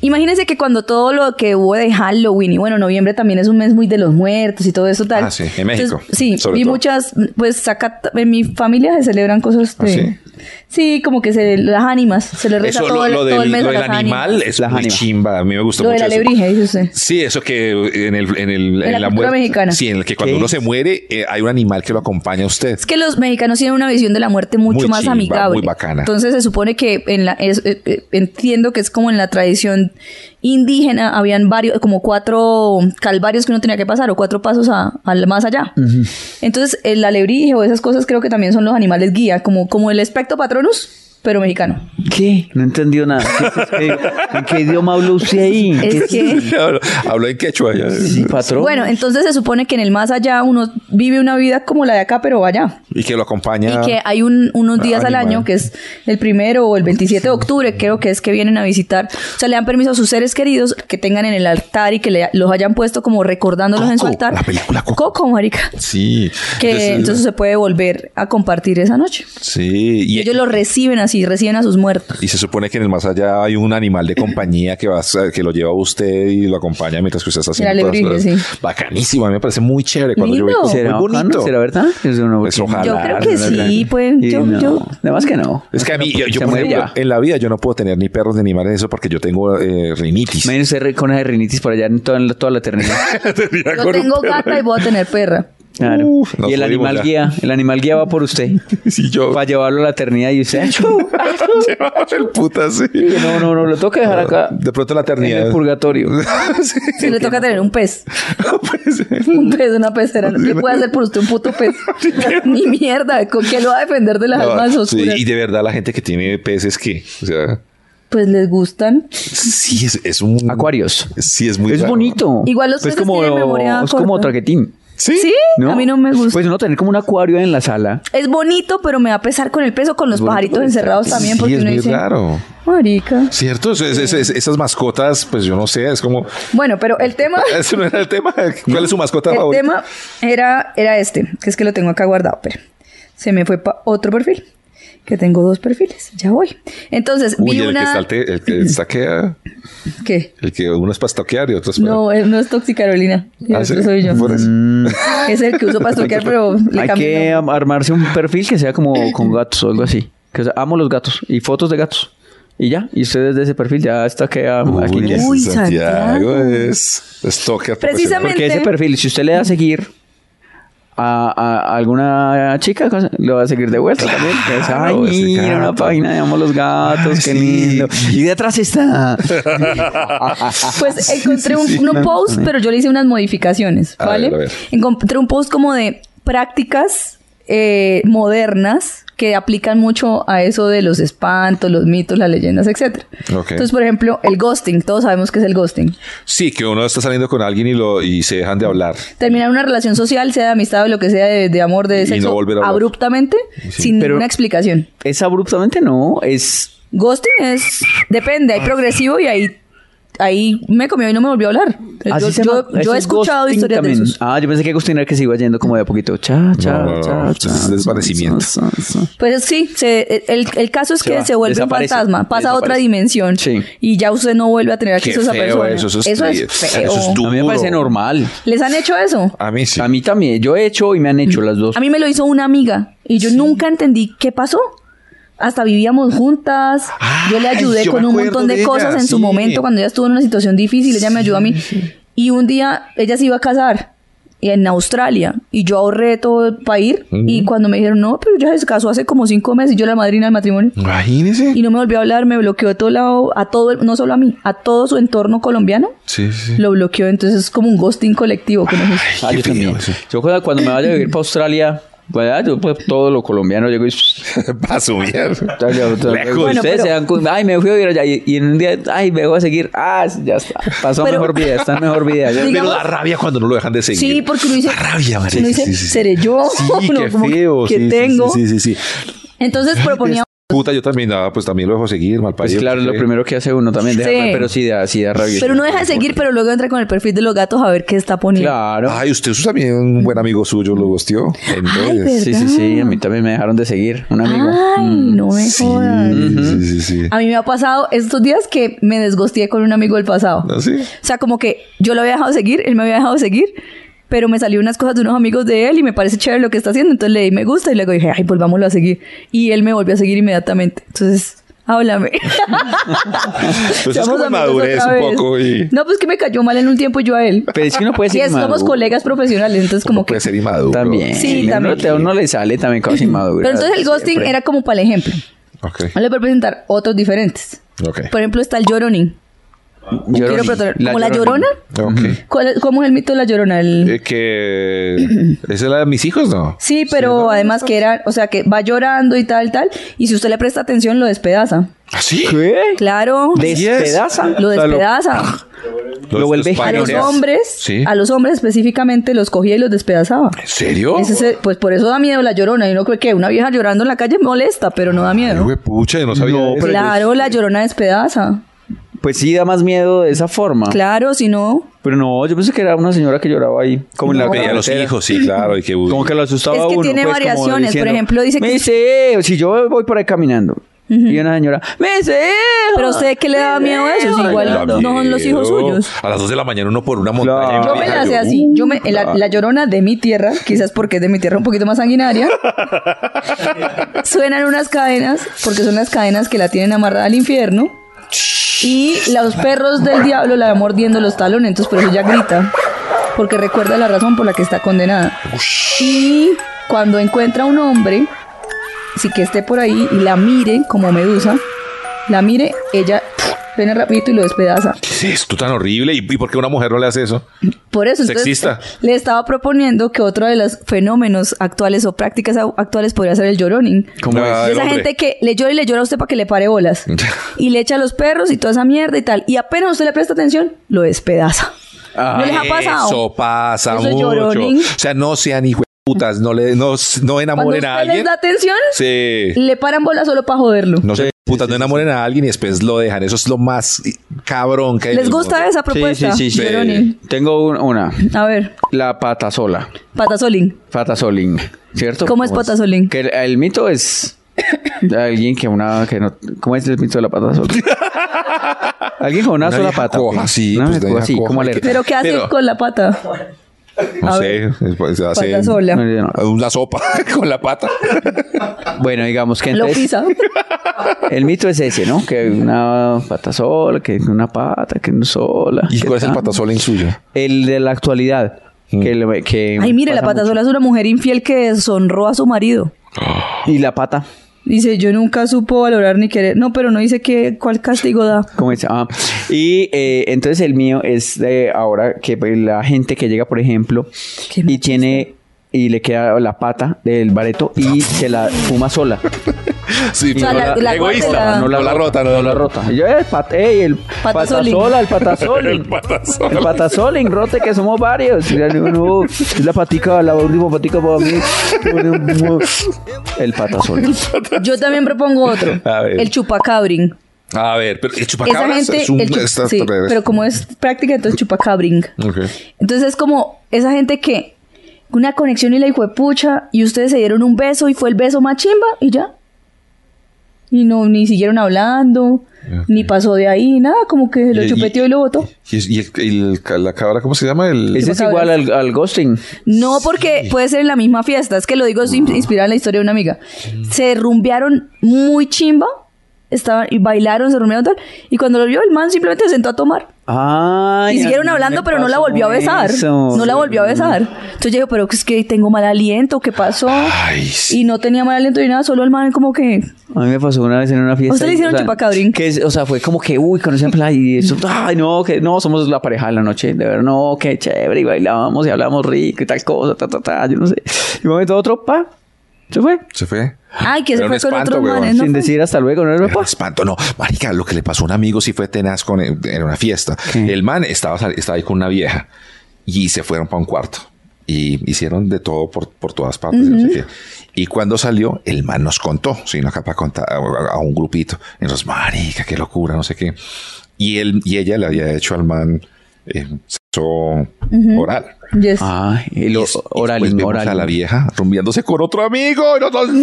C: Imagínense que cuando todo lo que hubo de Halloween y bueno, noviembre también es un mes muy de los muertos y todo eso tal.
B: Ah, sí, en México,
C: sí,
B: sobre
C: y
B: todo.
C: muchas, pues acá t- en mi familia se celebran cosas
B: ¿Ah,
C: de...
B: sí?
C: Sí, como que se las ánimas, se le reza
B: Eso,
C: todo,
B: lo,
C: el-
B: lo
C: todo
B: del,
C: el mes
B: lo
C: a
B: del
C: las ánimas.
B: animal es
D: Las
B: muy
D: ánimas.
B: chimba. A mí me gustó
C: Lo de
B: mucho
C: la
B: eso.
C: alebrije, dice usted.
B: Sí, eso que en el en el
C: En la cultura mexicana.
B: Sí, en el que cuando
D: ¿Qué?
B: uno se muere eh, hay un animal que lo acompaña a usted.
C: Es que los mexicanos tienen una visión de la muerte mucho
B: Muy
C: más
B: chimba,
C: amigable.
B: muy bacana.
C: Entonces se supone que en la, es- eh, eh, entiendo que es como en la tradición indígena, habían varios, como cuatro calvarios que uno tenía que pasar o cuatro pasos a, al más allá. Entonces el alebrije o esas cosas creo que también son los animales guía, como, como el espectro patronus, pero mexicano.
D: ¿Qué? No entendió nada. ¿Qué es eso? ¿Qué- ¿En qué idioma habló usted ahí? ¿Qué
C: Es que...
B: Habló- Habló en quechua. ya.
D: Sí, patrón.
C: Bueno, entonces se supone que en el más allá uno vive una vida como la de acá, pero allá.
B: Y que lo acompaña.
C: Y que hay un- unos
B: Ah,
C: días al
B: animal.
C: año, que es el primero o el 27 de octubre, creo que es que vienen a visitar. O sea, le dan permiso a sus seres queridos que tengan en el altar y que le- los hayan puesto como recordándolos en su
B: Coco,
C: altar.
B: la película Coco.
C: Coco. marica.
B: Sí.
C: Que entonces se puede volver a compartir esa noche.
B: Sí.
C: Y
B: Y,
C: ellos lo reciben así, reciben a sus muertos.
B: y se supone que en el más allá hay un animal de compañía que va a- que lo lleva a usted y lo acompaña mientras que usted está haciendo
C: El
B: todas las
C: alebrije,
B: cosas. Bacanísimo. A mí me parece muy chévere cuando yo
C: Lindo.
B: vi.
D: ¿Será
B: Muy
D: bacano?
B: bonito.
D: ¿Será verdad? Eso no-
B: Pues ojalá.
C: Yo creo que
D: no, no,
C: sí,
D: no.
C: pues,
D: Y
C: yo-
D: no.
C: yo-
D: Además que no.
B: Es que a mí, yo, eh, yo,
D: Se
B: por
D: muere
B: ejemplo,
D: ya.
B: en la vida yo no puedo tener ni perros ni animales ni eso porque yo tengo eh, rinitis.
D: Imagínese usted re- con una rinitis por allá en toda, en toda la eternidad.
B: Tenía
C: Yo
B: con un
C: tengo
B: perro.
C: gata y voy a tener perra.
D: Claro.
B: Uf, nos
D: y el
B: jodimos
D: animal
B: ya.
D: guía, el animal guía va por usted.
B: Sí, yo-
D: Para llevarlo a la eternidad y usted.
B: Llevaba el puta sí.
D: No, no, no, lo tengo que dejar acá.
B: De pronto la
D: En
B: eternidad.
D: el purgatorio.
B: Sí.
C: Si le toca tener un pez.
B: Pues,
C: Un pez, una pecera. ¿Qué puede hacer por usted un puto pez? Ni mierda. ¿Con qué lo va a defender de las
B: no,
C: almas
B: sí,
C: oscuras?
B: y de verdad la gente que tiene peces que, o sea,
C: Pues les gustan.
B: sí es, es un
D: Acuarios.
B: Sí es muy
D: es
B: raro.
D: bonito.
C: Igual los
D: Pues
C: peces tienen memoria
D: Es como
C: corta.
D: traquetín.
B: Sí.
C: ¿Sí? A mí no me gusta.
D: Pues uno tener como un acuario en la sala.
C: Es bonito, pero me va a pesar con el peso, con los
D: Bonito,
C: pajaritos
D: bonito.
C: encerrados también,
B: sí,
C: porque
B: es
C: uno
B: muy
C: dice,
B: raro.
C: marica.
B: Cierto, Es- es- es- esas mascotas, pues yo no sé, es como
C: Bueno, pero el tema,
B: ese no era el tema. ¿Cuál es su mascota
C: el
B: favorita?
C: tema era, era este, que es que lo tengo acá guardado, pero se me fue pa otro perfil, que tengo dos perfiles, ya voy. Entonces,
B: Uy,
C: vi
B: el que
C: una...
B: salte, el que saquea,
C: ¿Qué?
B: el que uno es para stalkear y otro es para
C: No, eh, no es Toxi Carolina, el
B: Ah,
C: otro
B: ¿sí?
C: soy yo.
B: Por eso.
D: Mm,
C: Es el que uso para tocar, pero le
D: Hay
C: cambié el
D: que
C: nombre.
D: am- armarse un perfil que sea como con gatos o algo así. Que sea, amo los gatos y fotos de gatos. Y ya, y ustedes de ese perfil ya hasta que am-
B: Uy,
D: aquí.
B: ese
C: Uy,
B: Santiago es stalker.
C: Precisamente.
D: Porque ese perfil, si usted le da a seguir a, a- a alguna chica, cosa, lo va a seguir de vuelta también. Que es, Ay,
B: Claro, ese
D: mira,
B: gato.
D: una página de amo los gatos,
B: Ay, sí.
D: qué lindo. Y detrás está.
C: Pues encontré un, un post, pero yo le hice unas modificaciones,
B: A
C: ¿vale?
B: ver, a ver.
C: Encontré un post como de prácticas eh, modernas que aplican mucho a eso de los espantos, los mitos, las leyendas, etc.
B: Ok.
C: Entonces, por ejemplo, el ghosting, todos sabemos que es el ghosting.
B: Sí, que uno está saliendo con alguien y, lo, y se dejan de hablar.
C: Terminar una relación social, sea de amistad o lo que sea, de, de amor, de
B: Y
C: sexo,
B: no volver a hablar.
C: abruptamente, sin
D: Pero-
C: ninguna explicación.
D: Es abruptamente no, es
C: Ghosting es, depende, hay progresivo y ahí, ahí me comió y no me volvió a hablar.
D: así
C: Eh, yo,
D: se
C: yo-
D: llama-
C: yo he
D: eso es
C: escuchado
D: ghosting
C: historias
D: también.
C: de esos.
D: Ah, yo pensé que Agustín era que se iba yendo como de a poquito. Cha,
B: No,
D: cha,
B: no, no,
D: cha,
B: no,
D: cha,
B: es
D: cha,
B: desvanecimiento.
D: cha, cha, cha.
C: Pues sí, se- el, el caso es
D: Se
C: que
D: va,
C: se vuelve un
D: desaparece,
C: fantasma, pasa a otra
D: desaparece.
C: dimensión
D: Sí.
C: y ya usted no vuelve a tener
B: Qué
C: acceso a esa
B: feo
C: persona.
B: eso, eso es-
C: feo.
B: eso es
D: A mí me parece
B: Duro.
D: normal.
C: ¿Les han hecho eso?
B: A mí sí.
D: A mí también. Yo he hecho y me han hecho las dos.
C: A mí me lo hizo una amiga y yo nunca entendí qué pasó. Hasta vivíamos juntas. Yo le
B: Ay,
C: ayudé
B: yo me
C: con un
B: acuerdo
C: montón de,
B: de ella,
C: cosas en su
B: sí.
C: momento cuando ella estuvo en una situación difícil. Ella me ayudó a mí. Y un día ella se iba a casar en Australia y yo ahorré todo para ir. Y cuando me dijeron, no, pero ya se casó hace como cinco meses y yo la madrina del matrimonio.
B: Imagínese.
C: Y no me volvió a hablar, me bloqueó de todo lado, a todo, el- no solo a mí, a todo su entorno colombiano.
B: Sí, sí.
C: Lo bloqueó, entonces es como un ghosting colectivo. que no sé.
D: Ah,
B: Qué
D: yo
B: feo
D: también.
B: eso.
D: Yo cuando- cuando me vaya a vivir para Australia, vaya, yo pues todo lo colombiano llego y...
B: Para subir.
D: Ya, ya, ya.
B: Lejos.
D: Ustedes
C: pero-
D: se dan cuenta, ay, me fui a vivir allá y, y en un día, ay, me voy a seguir, ah, ya está, pasó
C: Pero-
D: mejor vida, está en mejor vida. Ya-
C: Digamos-
B: Pero da rabia cuando no lo dejan de seguir.
C: Sí, porque uno dice,
B: Da rabia,
C: uno
B: María.
C: dice, ¿seré yo?
B: Sí,
C: Uno
B: qué
C: como que-
B: feo.
C: ¿qué
B: sí, sí,
C: tengo?
B: Sí, sí, sí. sí.
C: Entonces proponía
B: Puta, yo también, ah, pues también lo dejo seguir, mal
D: Pues
B: parido.
D: claro, es lo
B: Sí.
D: primero que hace uno también, deja- pues,
C: Sí.
D: pero sí da, sí da rabia.
C: Pero uno deja de seguir, pero luego entra con el perfil de los gatos a ver qué está poniendo.
D: Claro.
B: Ay, usted es también un buen amigo suyo, lo gosteó.
C: Ay,
B: Entonces.
C: ¿verdad?
D: Sí, sí, sí, a mí también me dejaron de seguir, un amigo.
C: Ay, no me
B: sí,
C: jodas.
B: sí, sí, sí.
C: A mí me ha pasado estos días que me desgosteé con un amigo del pasado.
B: ¿Ah, sí?
C: O sea, como que yo lo había dejado seguir, él me había dejado seguir, pero me salió unas cosas de unos amigos de él y me parece chévere lo que está haciendo. Entonces le di me gusta y luego dije, ay, volvámoslo a seguir. Y él me volvió a seguir inmediatamente. Entonces, háblame.
B: Pues es
C: Seamos
B: como
C: amigos
B: madurez un
C: otra vez.
B: poco y.
C: No, pues que me cayó mal en un tiempo yo a él.
D: Pero es que uno puede
C: Y
D: ser
C: es, somos
D: inmaduro.
C: colegas profesionales, entonces como
B: Como
C: que...
B: puede ser inmaduro.
D: También.
C: Sí,
D: Uno-
C: también.
D: A uno le sale también cosas inmaduras.
C: Pero entonces el ghosting
D: siempre.
C: era como para el ejemplo.
B: Ok.
C: Ahora Le voy a presentar otros diferentes.
B: Ok.
C: Por ejemplo, está el lloroning.
D: Llorón.
C: Quiero preguntar, ¿como la llorona?
B: Ok.
C: ¿Cuál es- ¿Cómo es el mito de la llorona? El-
B: Eh, que. ¿Esa era de mis hijos, no?
C: Sí, pero además que era, o sea, que va llorando y tal, tal. Y si usted le presta atención, lo despedaza.
B: ¿Ah, sí?
D: ¿Qué?
C: Claro.
D: ¿Despedaza?
C: Lo
D: O sea,
C: despedaza.
D: Lo vuelve
C: a los
D: paleas.
C: hombres,
B: Sí.
C: a los hombres específicamente los cogía y los despedazaba.
B: ¿En serio?
C: Ese es el- pues por eso da miedo la llorona. Y uno cree que una vieja llorando en la calle molesta, pero no da
B: Ay,
C: miedo.
B: güey, pucha, yo no sabía.
D: No,
B: eso.
D: pero yo-
C: claro, la llorona despedaza.
D: Pues sí, da más miedo de esa forma.
C: Claro, si no.
D: Pero no, yo pensé que era una señora que lloraba ahí, como en la
B: Veía a los
D: carretera.
B: hijos, sí, claro. Y que, uy,
D: Como que lo asustaba
C: Es que
D: uno,
C: tiene
D: pues, como
C: variaciones, por
D: diciendo,
C: ejemplo, dice
D: "Me
C: que-
D: dice, eh", si yo voy por ahí caminando y una señora, me dice, eh,
C: Pero usted que le da miedo a eso, si igual
B: da
C: no son los hijos
B: miedo.
C: suyos.
B: A las 2 de la mañana uno por una montaña.
D: Claro.
C: Yo me la
B: Yo,
C: sé así. Yo me, la, la llorona de mi tierra, quizás porque es de mi tierra un poquito más sanguinaria. Suenan unas cadenas, porque son las cadenas que la tienen amarrada al infierno. Y los perros del diablo la van mordiendo los talones, entonces por eso ella grita. Porque recuerda la razón por la que está condenada. Y cuando encuentra un hombre, sí que esté por ahí y la mire como medusa, la mire, ella viene rapidito y lo despedaza.
B: ¿Qué es esto tan horrible? ¿Y, y por qué una mujer no le hace eso?
C: Por eso, entonces,
B: Sexista.
C: le estaba proponiendo que otro de los fenómenos actuales o prácticas au- actuales podría ser el lloroning.
D: ¿Cómo
B: Ah,
D: es?
B: el
C: Esa
B: hombre.
C: gente que le llora y le llora a usted para que le pare bolas.
D: Mm.
C: y le echa a los perros y toda esa mierda y tal. Y apenas usted le presta atención, lo despedaza. ¿No les ha pasado?
B: Ah, Eso pasa
C: Eso es
B: mucho.
C: lloroning.
B: O sea, no sean hijos putas, no, le, no, no
C: Cuando
B: enamoren
C: usted
B: a
C: les
B: alguien.
C: da atención,
B: Sí.
C: le paran bolas solo para joderlo.
B: No sean putas, no enamoren a alguien y después lo dejan. Eso es lo más cabrón que hay. en
C: ¿Les
B: el
C: gusta
B: mundo.
C: esa propuesta?
D: Sí, sí, sí, sí.
C: Lloroning.
D: Tengo un- una,
C: A ver,
D: la patasola,
C: patasolín.
D: patasolín, ¿cierto?
C: ¿Cómo es patasolín?
D: Que el, el mito es alguien que una que no ¿Cómo es el mito de la patasola? alguien con una,
B: Una
D: sola
B: vieja
D: pata.
B: coja,
D: ¿ok?
B: sí,
D: Una
B: pues,
D: vieja
B: la vieja
D: coja, sí,
B: coja,
D: como
B: hay que-
D: alerta.
C: ¿Pero qué hace
B: Pero-
C: con la pata?
D: Ah,
B: No
C: A
B: sé. pues, se hace
C: Patasola.
B: una sopa con la pata.
D: Bueno, digamos que
C: Lo
D: entonces
C: pisa.
D: El mito es ese, ¿no? Que una pata sola, que una pata, que no sola.
B: ¿Y
D: que
B: cuál es el Mm.
D: tal.
B: patasol en suyo?
D: El de la actualidad. Que le- que
C: Ay, mire, la
D: pasa
C: patasola es una mujer infiel que deshonró a su marido.
D: mucho. Y la pata.
C: Dice, yo nunca supo valorar ni querer. No, pero no dice que, cuál castigo da.
D: ¿Cómo es? Ah, Y eh, entonces el mío es de ahora que pues, la gente que llega, por ejemplo,
C: Qué
D: y
C: machista.
D: tiene y le queda la pata del bareto y se la fuma sola.
B: Sí,
C: sea,
B: no
C: la-
B: la-
C: la-
B: egoísta.
C: la-
B: No la rota,
D: no la rota. Y yo, eh, pat- ey, el
C: Patasolín.
D: patasola, el patasolín.
B: El patasolín.
D: El patasolín, rote, que somos varios. Y yo, no, no, es la patica, la última patica para mí. El patasolín.
C: Yo también propongo otro.
B: A ver.
C: El chupacabring.
B: A ver, pero el
C: Esa
B: chupacabras
C: gente,
B: es un...
C: el chup-
B: está-
C: sí, pero como es práctica, entonces chupacabring.
B: Ok.
C: Entonces es como esa gente que una conexión y la hijo de pucha y ustedes se dieron un beso y fue el beso más chimba y ya. Y no, ni siguieron hablando, ni pasó de ahí, nada, como que lo
B: Y- y-
C: chupeteó y lo botó.
B: ¿Y, y el- el- la cabra cómo se llama? El...
D: Ese es igual al, al ghosting.
C: No, porque puede ser en la misma fiesta. Es que lo digo es in- inspirado en la historia de una amiga. Se rumbearon muy chimba. Estaban, y bailaron, se rumbearon tal. Y cuando lo vio, el man simplemente se sentó a tomar.
D: Ay,
C: y siguieron
D: a mí
C: hablando,
D: me
C: pero no la
D: pasó
C: volvió a besar.
D: eso.
C: No la volvió a besar. Entonces yo digo, pero es que tengo mal aliento, ¿qué pasó?
B: Ay, sí.
C: Y no tenía mal aliento ni nada, solo el man como que...
D: A mí me pasó una vez en una
C: ¿A
D: fiesta.
C: usted le
D: y,
C: hicieron
D: o sea,
C: chupacabrín?
D: que es- o sea, fue como que, uy, conocen plan y eso, ay, no, que no, somos la pareja de la noche, de ver, no, qué chévere, y bailábamos y hablábamos rico y tal cosa, ta, ta, ta, yo no sé. Y un momento a otro, pa, se fue.
B: Se fue.
C: Ay, que se
B: Era
C: fue
B: un
C: con
B: espanto,
C: otros
B: weón.
C: manes, ¿no?
D: Sin
C: fue?
D: decir hasta luego, no era
B: Era un
D: pa.
B: espanto, no. Marica, lo que le pasó a un amigo sí fue tenaz con en una fiesta. El man estaba, sal- estaba ahí con una vieja y se fueron para un cuarto y hicieron de todo por, por todas partes. y no sé qué. Y cuando salió, el man nos contó, sino acá para contar a, a un grupito. Entonces, marica, qué locura, no sé qué. Y él y ella le había hecho al man eh, sexo oral.
C: Yes.
D: Ah, y lo
B: Y- y
D: oral,
B: después vimos
D: oral.
B: a la vieja rumbiándose con otro amigo y nosotros, ¡no!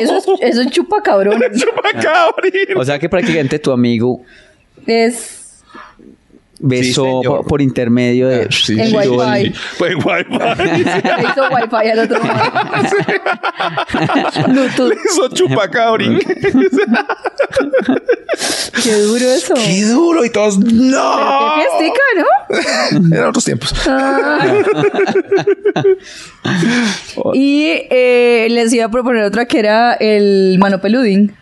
C: Eso, es, eso es chupa cabrón.
B: Chupacabrín.
D: O sea que prácticamente tu amigo
C: es...
D: besó
B: señor.
D: por, por intermedio de.
B: Sí,
C: En
B: sí,
C: Wi-Fi.
B: sí, sí. Fue en Wi-Fi.
C: le hizo wifi al otro man. Bluetooth.
B: Eso chupacabrín.
C: Qué duro eso.
B: Qué duro y todos.
C: Qué
B: ¡No!
C: fiestica, ¿no?
B: Eran otros tiempos.
C: Y eh, les iba a proponer otra que era el manopeluding.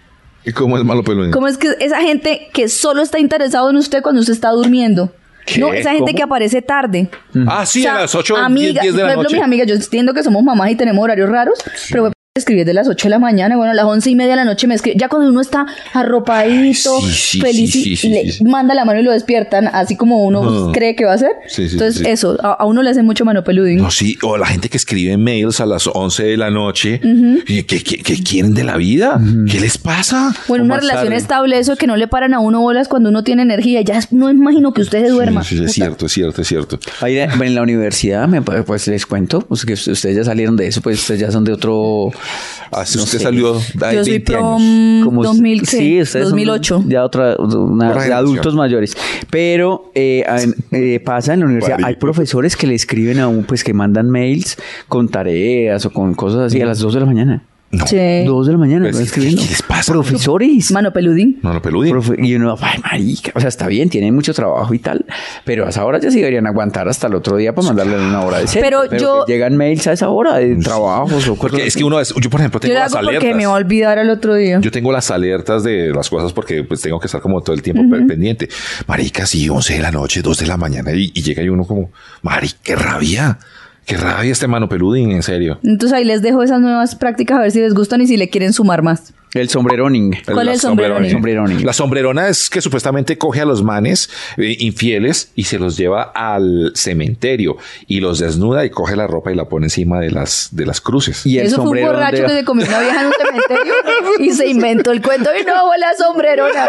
B: ¿Y cómo es malo pelo?
C: ¿Cómo es que esa gente que solo está interesado en usted cuando usted está durmiendo?
B: ¿Qué?
C: No, esa gente
B: ¿Cómo?
C: que aparece tarde.
B: Ah, sí,
C: O sea,
B: a las 8
C: amiga-
B: 10 de
C: por
B: la
C: ejemplo,
B: noche.
C: mis amigas, yo entiendo que somos mamás y tenemos horarios raros, pero me escribir de las 8 de la mañana, bueno, a las 11 y media de la noche me escribe. Ya cuando uno está arropadito,
B: Ay, sí, sí,
C: feliz,
B: sí,
C: y
B: sí, sí,
C: le
B: sí.
C: manda la mano y lo despiertan, así como uno
B: Ujú.
C: cree que va a hacer.
B: Sí, sí,
C: Entonces,
B: sí, sí.
C: eso, a, a uno le hace mucho manopeluding.
B: No, sí, o la gente que escribe mails a las 11 de la noche. ¿Y ¿Qué, qué, qué quieren de la vida? ¿Qué les pasa?
C: Bueno, una relación estable, eso que no le paran a uno bolas cuando uno tiene energía. Ya es- no imagino que usted se duerma.
B: Sí, sí, es
C: Puta.
B: cierto, es cierto, es cierto.
D: Ahí de- en la universidad, me- pues les cuento, pues que ustedes ya salieron de eso, pues ustedes ya son de otro.
B: Así
D: No
B: Ah, usted
D: sé.
B: salió de
C: Yo soy
B: 20
C: prom
B: años.
C: 2000, ¿qué?
D: sí, ustedes son
C: 2008.
D: ya otra, una-
B: Otra
D: de
B: generación.
D: adultos mayores. Pero eh, en- eh, pasa en la universidad, hay
B: Marica.
D: profesores que le escriben a un, pues que mandan mails con tareas o con cosas así a las 2 de la mañana.
B: No.
C: Sí.
D: 2 de la mañana,
B: Pues,
D: van escribiendo.
B: ¿qué les pasa?
D: Profesores.
C: Manopeludín.
B: No lo peludí.
D: Profe- y uno, ay, marica, o sea, está bien, tienen mucho trabajo y tal, pero a esa hora ya se deberían aguantar hasta el otro día para mandarle una hora de set.
C: Pero yo-
D: que llegan mails a esa hora de trabajos o cosas
B: Porque es
D: así.
B: que uno es, yo por ejemplo
C: Yo
B: tengo
C: lo
B: las
C: hago porque
B: alertas.
C: me va a olvidar al otro día.
B: Yo tengo las alertas de las cosas porque pues tengo que estar como todo el tiempo pe- pendiente. Marica, sí, 11 de la noche, 2 de la mañana y, y llega y uno como, Mari, qué rabia, qué rabia este mano peludín, en serio.
C: Entonces ahí les dejo esas nuevas prácticas a ver si les gustan y si le quieren sumar más.
D: El sombreroning.
C: ¿Cuál
B: La
C: es el sombreroni?
D: Sombreroni.
B: La sombrerona es que supuestamente coge a los manes eh, infieles y se los lleva al cementerio y los desnuda y coge la ropa y la pone encima de las, de las cruces.
D: Y el
C: Eso fue un
D: sombrero
C: borracho
D: de-
C: que se comió una vieja en un cementerio y se inventó el cuento y no, la sombrerona.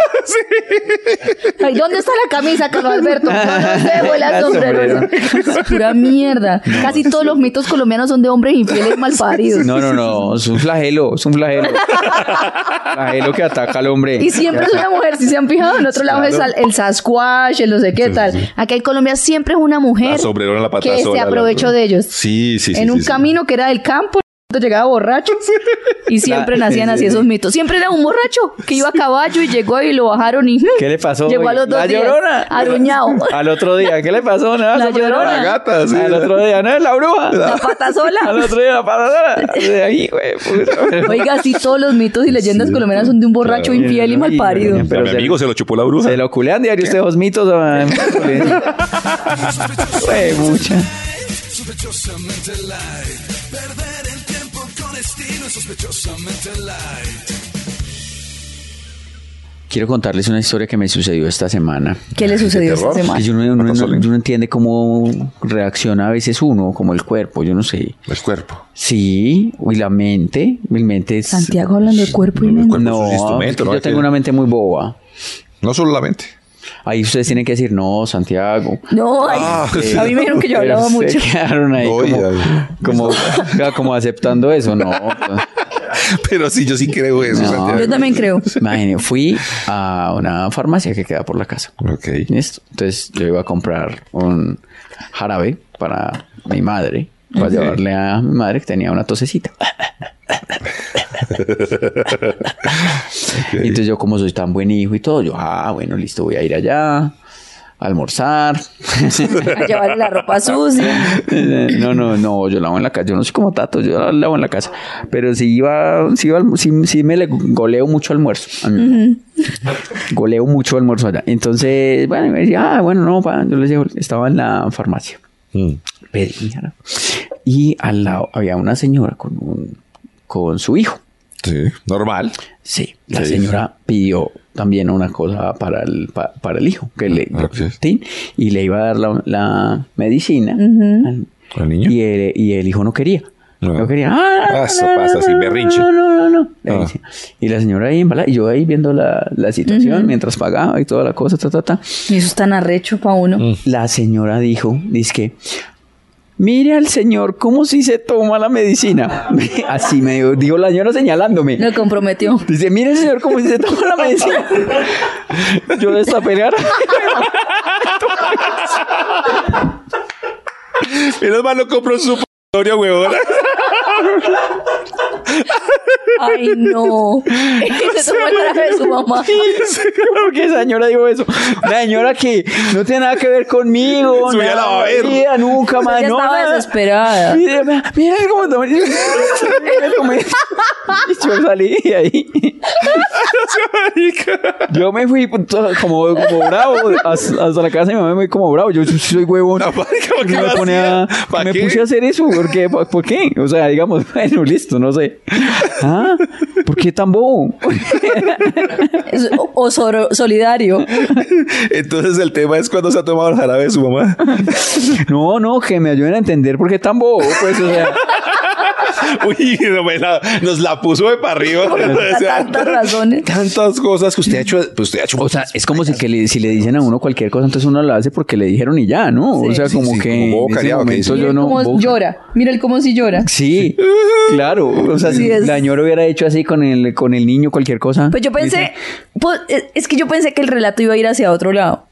C: Ay, ¿Dónde está la camisa, Carlos Alberto? No, no sé, bola
D: La
C: sombrerona. Es pura mierda. Casi todos los mitos colombianos son de hombres infieles malparidos.
D: No, no, no, es un flagelo, es un flagelo. flagelo que ataca al hombre.
C: Y siempre es una mujer, si se han fijado, en otro lado es
D: Claro.
C: al- el Sasquatch, el no sé qué tal. Acá en Colombia siempre es una
B: La
C: mujer
B: sombrerona, la pata
C: que se
B: sola, la-
C: aprovechó de ellos.
B: Sí, sí, sí.
C: en
B: sí,
C: un
B: sí.
C: camino que era del campo. Llegaba borracho y siempre
D: La-
C: nacían así
D: sí.
C: esos mitos. Siempre era un borracho que iba a caballo y llegó y lo bajaron y
D: ¿Qué le pasó?
C: Llegó a los dos
D: la
C: días,
D: llorona.
C: aruñado.
D: Al otro día, ¿qué le pasó? Nada,
C: La
D: sombrero.
C: llorona.
D: La gata, sí. Al otro día, no es la bruja.
C: la pata
D: Al
C: sola.
D: otro día, la patadora. De ahí, güey. puta.
C: Oiga, sí, todos los mitos y leyendas colombianas son de un borracho
B: Claro.
C: infiel y malparido.
D: Pero
B: A mi
D: se-
B: amigo se lo chupó la bruja.
D: Se lo culean diario ustedes dos mitos. ah, Güey, mucha.
E: Su
F: sospechosamente light. Perder el tiempo con estilo es sospechosamente light.
D: Quiero contarles una historia que me sucedió esta semana.
C: ¿Qué le sucedió esta
B: terror?
C: semana?
D: Que yo no, no- no-
B: Rasolín.
D: yo no entiende cómo reacciona a veces uno, como el cuerpo, yo no sé.
B: El cuerpo.
D: Sí, y la mente. Mi mente es.
C: Santiago hablando de cuerpo y
B: No,
C: mente.
B: cuerpo es
D: No,
B: un instrumento,
D: es que
B: ¿no?
D: yo tengo una mente muy boba.
B: No solo la mente.
D: Ahí ustedes tienen que decir, no, Santiago.
C: No, ay, a mí me dijeron que yo
D: Pero
C: hablaba
D: ustedes
C: mucho.
D: Eh, quedaron ahí
B: No,
D: como,
B: ya.
D: como, ya, como aceptando eso, no.
B: Pero sí, yo sí creo eso,
D: No.
B: Santiago.
C: Yo también creo.
D: Imagínate, fui a una farmacia que queda por la casa.
B: Ok.
D: ¿Listo? Entonces yo iba a comprar un jarabe para mi madre, para llevarle a mi madre que tenía una tosecita. Y entonces yo como soy tan buen hijo y todo, yo, ah, bueno, listo, voy a ir allá, a almorzar.
C: A llevarle la ropa sucia.
D: No, no, no, yo lavo en la casa. Yo no soy como tato, yo la- lavo en la casa. Pero si iba, si iba, al- sí, sí me le goleo mucho almuerzo. a mí. Goleo mucho almuerzo allá. Entonces, bueno, me decía, ah, bueno, no, pa", yo les digo, estaba en la farmacia.
B: Mm.
D: Pedí, ¿no? Y al lado había una señora con un, con su hijo.
B: Sí, normal.
D: Sí, la
B: Sí.
D: señora pidió también una cosa para el, pa- para el hijo, que le,
B: Ah, Ok.
D: tin, y le iba a dar la, la medicina. al-
B: ¿Al niño?
D: Y el, y el hijo no quería.
B: No.
D: No, quería. Ah,
B: Pasa,
D: no, no,
B: pasa,
D: no,
B: sí,
D: no,
B: berrinche.
D: No, no, no, no. Le
B: Ah.
D: decía. Y la señora ahí, embala- y yo ahí viendo la, la situación mientras pagaba y toda la cosa, ta, ta, ta.
C: Y eso es tan arrecho para uno.
B: Mm.
D: La señora dijo, dice que, mire al señor como si se toma la medicina. Así me dijo, dijo la señora señalándome.
C: Lo comprometió.
D: Dice, mire el señor como si se toma la medicina. Yo destapé la
B: Menos mal lo compró en su supositorio, huevón.
C: Ay, no. Se tomó el traje de su mamá.
D: ¿Por qué esa señora dijo eso? Una señora que no tiene nada que ver conmigo.
B: Subí a
D: nada,
B: la baber.
D: vida, nunca más.
C: Ella
D: no,
C: estaba
D: nada.
C: desesperada.
D: Mira, mira, mira cómo tomé. Me tomé. Y yo salí de ahí. Yo me fui puto, como, como bravo hasta, hasta la casa de mi mamá. Me fui como bravo. Yo soy huevón.
B: No, marica, ¿por qué
D: me,
B: lo
D: pone a-
B: hacía? ¿Pa'
D: me
B: qué?
D: puse a hacer eso. ¿Por qué? ¿Por, por qué? O sea, digamos, bueno, listo, no sé. ¿Ah? ¿Por qué tan bobo?
C: Es- O, o soro- solidario.
B: Entonces el tema es cuando se ha tomado el jarabe de su mamá.
D: No, no, que me ayuden a entender por qué tan bobo. Pues, o sea.
B: Uy, no me la- nos la puso de para arriba. O sea,
C: Tantas razones.
B: tantas cosas que usted ha hecho. Pues usted ha hecho
D: O sea, es como si, que le, si le dicen a uno cualquier cosa, entonces uno la hace porque le dijeron y ya, ¿no?
C: Sí.
D: o sea,
B: Sí,
D: como
B: sí,
D: que
B: como bobo
D: en ese
B: callado, que
D: momento
B: dicen.
D: yo no...
C: Mira cómo
D: bobo-
C: llora. Mira el cómo si llora.
D: Sí, claro. O sea,
C: Así
D: si
C: es.
D: la señora hubiera hecho así con el, con el niño cualquier cosa.
C: Pues yo pensé, pues, es- es que yo pensé que el relato iba a ir hacia otro lado.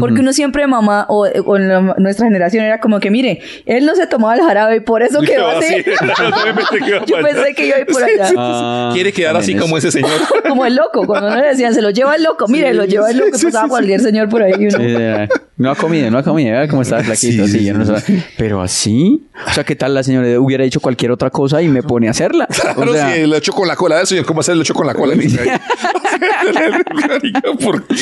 C: Porque uno siempre de mamá, o, o en la- nuestra generación era como que, mire, él no se tomaba el jarabe y por eso quedó
B: No,
C: así.
B: sí, no, también pensé que iba
C: Yo
B: para allá.
C: pensé que iba a ir por allá.
D: Ah,
B: Quiere quedar así
D: también
B: como
D: es-
B: ese señor.
C: Como el loco, cuando uno le decían, se lo lleva el loco, mire, lo lleva el loco, pasaba cualquier señor por ahí. y uno,
D: Eh, no ha comido, no ha comido, vea cómo estaba flaquito,
B: Sí,
D: sí,
B: sí,
D: yo no
B: sí.
D: sabía. Pero así, o sea, ¿qué tal la señora hubiera hecho cualquier otra cosa y me pone a hacerla?
B: Claro,
D: o sea,
B: sí, lo hecho con la cola del señor. ¿Cómo hacer el hecho con la cola? Mira, Marica, ¿por qué?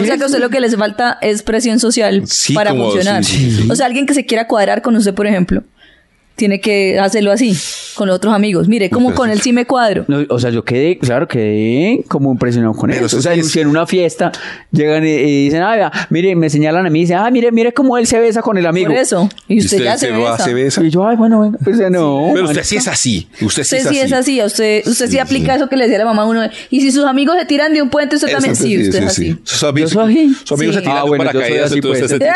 C: O sea que a usted lo que les falta es presión social
B: Sí,
C: para
B: como-
C: funcionar.
B: sí, sí, sí.
C: O sea, alguien que se quiera cuadrar con usted, por ejemplo, tiene que hacerlo así, con los otros amigos. Mire, como con él sí me cuadro.
D: No, o sea, yo quedé, claro, quedé como impresionado con
B: Pero eso
D: eso. O sea,
B: sí es-
D: si en una fiesta llegan y, y dicen, ah, vea, mire, me señalan a mí y dicen, ah, mire, mire cómo él se besa con el amigo.
C: Por eso. Y usted, ya se,
B: va,
C: besa.
B: se besa.
D: Y yo, ay, bueno, venga, pues no.
B: Pero
D: marica.
B: usted sí es así. Usted sí
C: Usted
B: es
C: sí es
B: así.
C: así, a usted, usted sí, aplica eso que le decía la mamá a uno. Y si sus amigos se tiran de un puente, usted también.
B: Eso,
C: Sí, usted es así.
B: Sus amigos,
D: Yo soy así.
B: sus amigos se
C: Sí.
B: tiran
D: Ah, bueno, yo
B: para
D: soy
B: caídas
D: así,
B: y todo
D: pues.
B: ese tipo.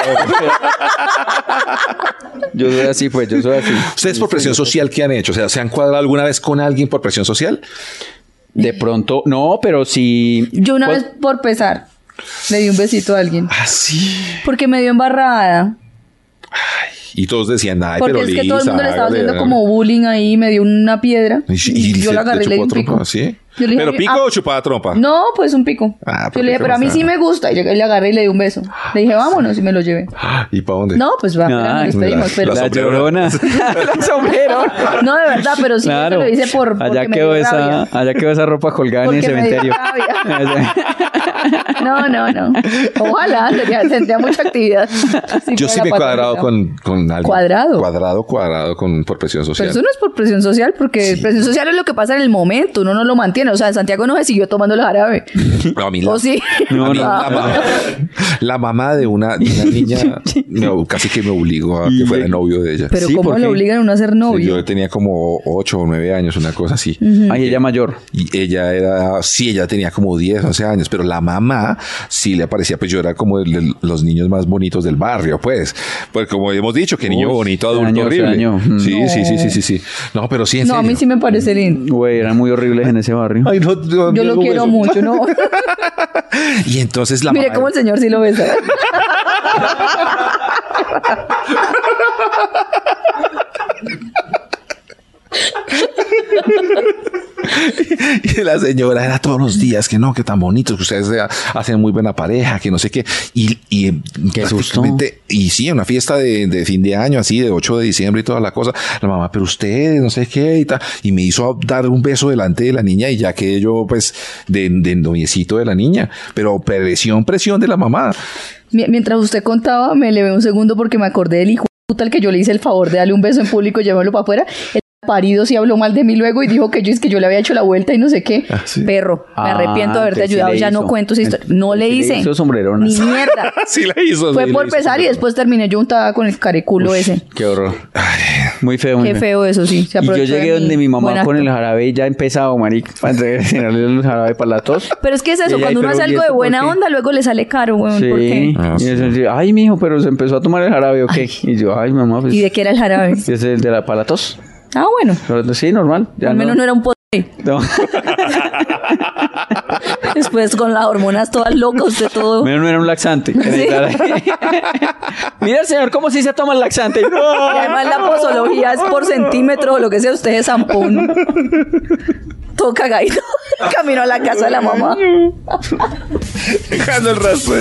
D: Yo soy así, pues, yo soy así.
B: ¿Ustedes por
D: pues.
B: presión social qué han hecho? O sea, ¿se han cuadrado alguna vez con alguien por presión social?
D: De pronto, no, pero Pues, si...
C: Yo una
B: Pues
C: vez, por pesar, le di un besito a alguien.
D: Ah,
B: Así.
C: Porque me dio embarrada.
B: Y todos decían, ay,
C: Porque
B: pero
C: es que todo el
B: Lisa,
C: mundo le estaba
B: hágale,
C: haciendo
B: hágale".
C: como bullying ahí, me dio una piedra.
B: Y, y
C: yo
B: se-
C: la
B: le
C: agarré y le
B: chupó
C: di un
B: otro,
C: pico.
B: ¿sí?
C: Yo le dije,
B: ¿Pero pico
C: ah,
B: o chupada trompa?
C: No, pues un pico.
B: Ah,
C: yo le dije,
B: porque
C: pero a mí
B: como
C: sí
B: está-
C: me gusta. Y llegué, le agarré y le di un beso. Le
B: Ah,
C: dije, vámonos y me lo llevé.
B: ¿Y para dónde?
C: No, pues va,
D: Ay,
C: espera, nos despedimos.
B: la-
C: pero-
D: La llorona.
B: sombrerona.
D: la sombrerona.
C: No, de verdad, pero sí,
D: Claro.
C: eso lo hice por. porque
D: allá,
C: me
D: quedó
C: dio
D: esa,
C: rabia.
D: allá quedó esa ropa colgada en el
C: Porque me dio
D: cementerio.
C: rabia. No, no, no. Ojalá, sería- tendría mucha actividad. Si
B: Yo sí
C: fuera
B: me he
C: patrón,
B: cuadrado
C: no.
B: con, con alguien.
C: ¿Cuadrado?
B: Cuadrado, cuadrado con, por presión social.
C: Pero eso no es por presión social, porque presión social es lo que pasa en el momento, uno no lo mantiene. O sea, Santiago no se siguió tomando el jarabe.
B: No, a mí la,
C: ¿O sí?
B: a mí
D: no,
B: la,
D: no.
B: mamá, la mamá de una, de una niña me- casi que me obligó a que fuera novio de ella.
C: Pero
D: Sí,
C: ¿cómo
D: porque-
C: lo obligan a uno a ser novio?
B: Yo tenía como ocho o nueve años, una cosa así.
C: Mm.
D: Ay, ella mayor.
B: Y ella era, sí, ella tenía como 10, 11 años, pero la mamá sí le parecía, pues yo era como el de los niños más bonitos del barrio, pues. Pues como hemos dicho, que niño
D: Uy,
B: bonito,
D: se
B: adulto
D: dañó, se
B: horrible.
D: dañó. Mm.
B: Sí, sí, sí, sí, sí, sí. No, pero sí, en
C: No, a mí sí
B: serio.
C: me parece lindo.
D: Güey, eran muy horribles en ese barrio.
B: Ay, no, no,
C: Yo
B: no,
C: lo
B: no,
C: quiero
B: eso.
C: mucho, ¿no?
B: Y entonces la
C: Mire
B: mamá.
C: cómo el señor sí lo besa.
B: Y la señora era todos los días que no, que tan bonitos, que ustedes sea- hacen muy buena pareja, que no sé qué. Y, y
D: Qué susto.
B: prácticamente- Y sí, una fiesta de, de fin de año, así de 8 de diciembre y toda la cosa. La mamá, pero ustedes, no sé qué y tal. Y me hizo dar un beso delante de la niña y ya quedé yo, pues, de, de noviecito de la niña. Pero presión, presión de la mamá.
C: Mi- Mientras usted contaba, me levé un segundo porque me acordé del hijo de puta al que yo le hice el favor de darle un beso en público y llevarlo para afuera. El parido sí habló mal de mí luego y dijo que yo, es que yo le había hecho la vuelta y no sé qué. Perro, me
D: Ah,
C: arrepiento de haberte
D: entonces sí
C: ayudado.
D: le
C: ya no
D: hizo.
C: cuento esa historia. No le
D: Entonces sí
C: hice.
D: le hizo sombreronas.
C: Ni mierda.
B: Sí la hizo.
C: Fue
B: sí la
C: por
B: hizo.
C: pesar y después terminé yo untada con el careculo ese.
D: Qué horror. Muy feo, muy
C: Qué feo eso, sí. Se
D: Y yo
C: aprovechó de
D: llegué
C: mi
D: donde mi
C: buen
D: mamá
C: acto.
D: con el jarabe ya empezado, marica, para entregarle el jarabe para la tos.
C: Pero es que es
D: Y
C: eso,
D: ella,
C: cuando uno
D: pero
C: hace
D: ¿y
C: algo de
D: esto por
C: buena
D: qué?
C: onda, luego le sale caro, weón. ¿Por
D: Sí.
C: qué?
B: Ah,
D: Y eso, sí, ay, mijo, pero se empezó a tomar el jarabe, ¿o qué? Y yo, ay, mamá, pues.
C: ¿Y de qué era el jarabe?
D: ese es el de la para la tos.
C: Ah, bueno.
D: Pero pues, Sí, normal. ya
C: Al menos no, era un pote.
D: No.
C: Después con las hormonas todas locas, usted todo.
D: Menos no era un laxante. Mira, señor, ¿cómo si se toma el laxante? No.
C: Y además la posología es por centímetro o lo que sea, usted es zampón. Todo cagadito. Camino a la casa de la mamá.
B: Dejando el eh. rastro.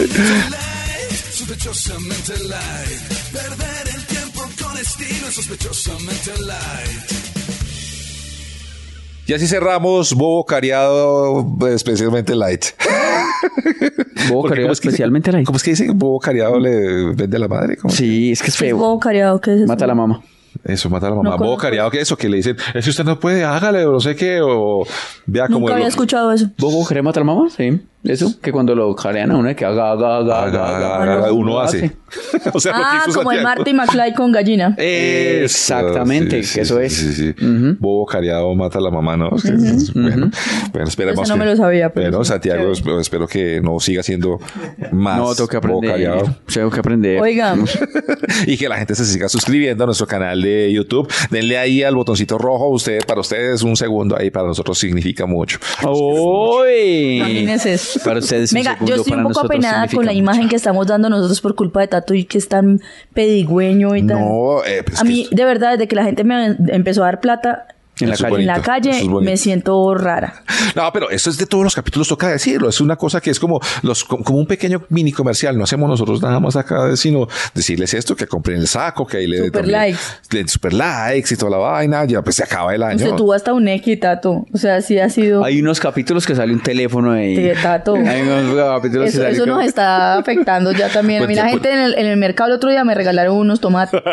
F: Sospechosamente light. Perder el tiempo con estilo es sospechosamente light.
B: Y así cerramos Bobo Cariado, eh, especialmente Light.
D: Bobo
B: Porque ¿cómo
D: Cariado
B: es que dice-
D: especialmente light.
B: ¿Cómo es que dice Bobo Cariado le vende a la madre? ¿Cómo?
D: Sí, es que es
C: Es
D: feo.
C: bobo cariado, ¿qué es eso?
D: Mata a la mamá.
B: Eso, mata a la mamá.
C: No
B: Bobo
C: conozco.
B: Cariado, que eso, que le dicen, es que usted no puede, hágale, o no sé qué, o vea como...
C: Nunca había escuchado eso.
D: ¿Vos querés matar a la mamá? Sí. Eso, que cuando lo jarean a uno, que haga, haga, haga, haga, haga, Ah, haga,
B: uno
D: lo
B: hace. o sea, lo que
C: Ah,
B: hizo
C: como el
B: Santiago.
C: Marty McFly con gallina.
D: Eh,
B: Eso,
D: Exactamente, que eso es.
B: Sí, sí. Bobo Cariado mata a la mamá, ¿no? Es que- Bueno, bueno, esperemos.
C: Eso no
B: que-
C: me lo sabía, pero
B: Bueno,
C: sí,
B: Santiago,
C: chévere.
B: espero, espero que no siga siendo más
D: No, tengo que
B: Bobo
D: aprender.
B: Cariado.
D: Tengo que aprender.
C: Oiga,
B: y que la gente se siga suscribiendo a nuestro canal de YouTube. Denle ahí al botoncito rojo. Ustedes, para ustedes, un segundo ahí para nosotros significa mucho.
D: ¡Uy!
C: imagínese eso.
D: Para ustedes, un
C: Venga, yo
D: segundo,
C: estoy
D: para
C: un poco
D: nosotros
C: apenada con la
D: significa
C: imagen que estamos dando nosotros por culpa de Tato y que es tan pedigüeño y tan.
B: No, eh, pues
C: a
B: que
C: mí,
B: esto-
C: de verdad, desde que la gente me em-, empezó a dar plata
D: En la
B: Eso es
D: calle.
B: bonito,
C: en la
B: eso
C: calle,
B: es bonito.
C: me siento rara.
B: No, pero eso es de todos los capítulos, toca decirlo. Es una cosa que es como los como un pequeño mini comercial. No hacemos nosotros nada más acá, sino decirles esto, que compren el saco, que ahí le
C: Super likes.
B: le- super likes y toda la vaina. Ya pues se acaba el año.
C: Usted tuvo hasta un X, Tato. O sea, sí ha sido.
D: Hay unos capítulos que sale un teléfono ahí.
C: Sí, Tato.
D: Hay unos capítulos que
C: Eso,
D: sale
C: eso
D: como-
C: nos está afectando ya también. A mí
B: Pues
C: la
B: ya,
C: gente en el, en el mercado el otro día me regalaron unos tomates.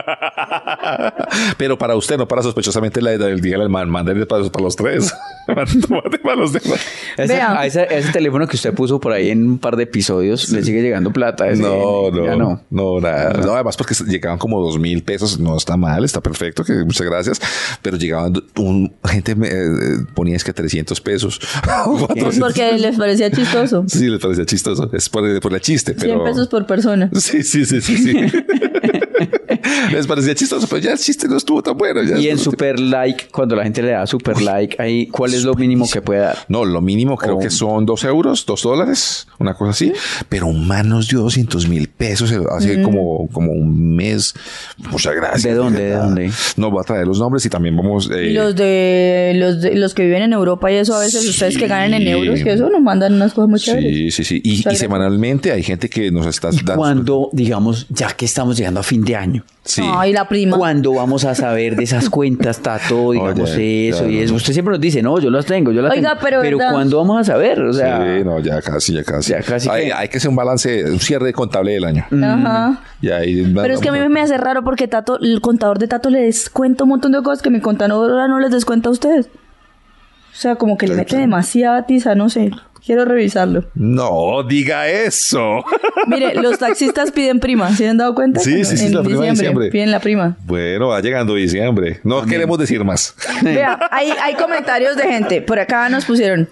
B: Pero para usted, no para sospechosamente la del día del man, mándenle para, para los tres. Tómate para los demás.
D: Ese,
C: Vea.
D: a ese, a ese teléfono que usted puso por ahí en un par de episodios, le sigue llegando plata. ese.
B: No, no,
D: Ya
B: no, nada. No, además porque llegaban como dos mil pesos, no está mal, está perfecto, que muchas gracias, pero llegaban un gente me, eh, ponía es que 300 pesos.
C: Pues
B: 400.
C: porque les parecía chistoso.
B: Sí, les parecía chistoso, es por, por el chiste,
C: 100
B: pero...
C: pesos por persona.
B: Sí, sí, sí, sí, sí. les parecía chistoso, pero ya el chiste no estuvo tan bueno. ya
D: Y en
B: estuvo-
D: Super Like, cuando la gente le da super like ahí, ¿cuál es lo mínimo que puede dar?
B: No, lo mínimo creo
D: Oh.
B: que son dos euros, dos dólares, una cosa así. Pero manos dio 200 mil pesos eh, hace como, como un mes. Muchas gracias.
D: ¿De dónde? ¿De dónde?
B: Nos va a traer los nombres y también vamos. eh,
C: Y los de, los de los que viven en Europa y eso a veces ustedes que ganan en
B: Sí.
C: euros que eso nos mandan unas cosas muy chéveres.
B: Sí, sí, sí. Y- Y,
C: Muchas gracias.
B: semanalmente hay gente que nos está
D: Y
B: dando.
D: cuando,
B: pues.
D: digamos, ya que estamos llegando a fin de año,
B: Sí.
C: Ay, la prima.
D: ¿cuándo vamos a saber de esas cuentas, Tato? Digamos
B: Oye,
D: eso y
B: claro.
D: eso. Usted siempre nos dice, no, yo las tengo, yo las
C: Oiga,
D: tengo.
C: pero ¿verdad?
D: ¿cuándo vamos a saber? O sea,
B: Sí, no, ya casi, ya casi.
D: Ya casi
B: hay,
D: que-
B: hay que hacer un balance, un cierre contable del año.
C: Ajá.
B: Y ahí
C: Pero es que a mí me hace raro porque Tato, el contador de Tato le descuenta un montón de cosas que mi contadora no les descuenta a ustedes. O sea, como que le mete demasiada tiza, no sé. Quiero revisarlo.
B: No, diga eso.
C: Mire, los taxistas piden prima, ¿se han dado cuenta?
B: Sí, sí, sí,
C: En
B: la prima de diciembre.
C: Piden la prima.
B: Bueno, va llegando diciembre. No queremos decir más.
C: Vea, hay, hay comentarios de gente. Por acá nos pusieron.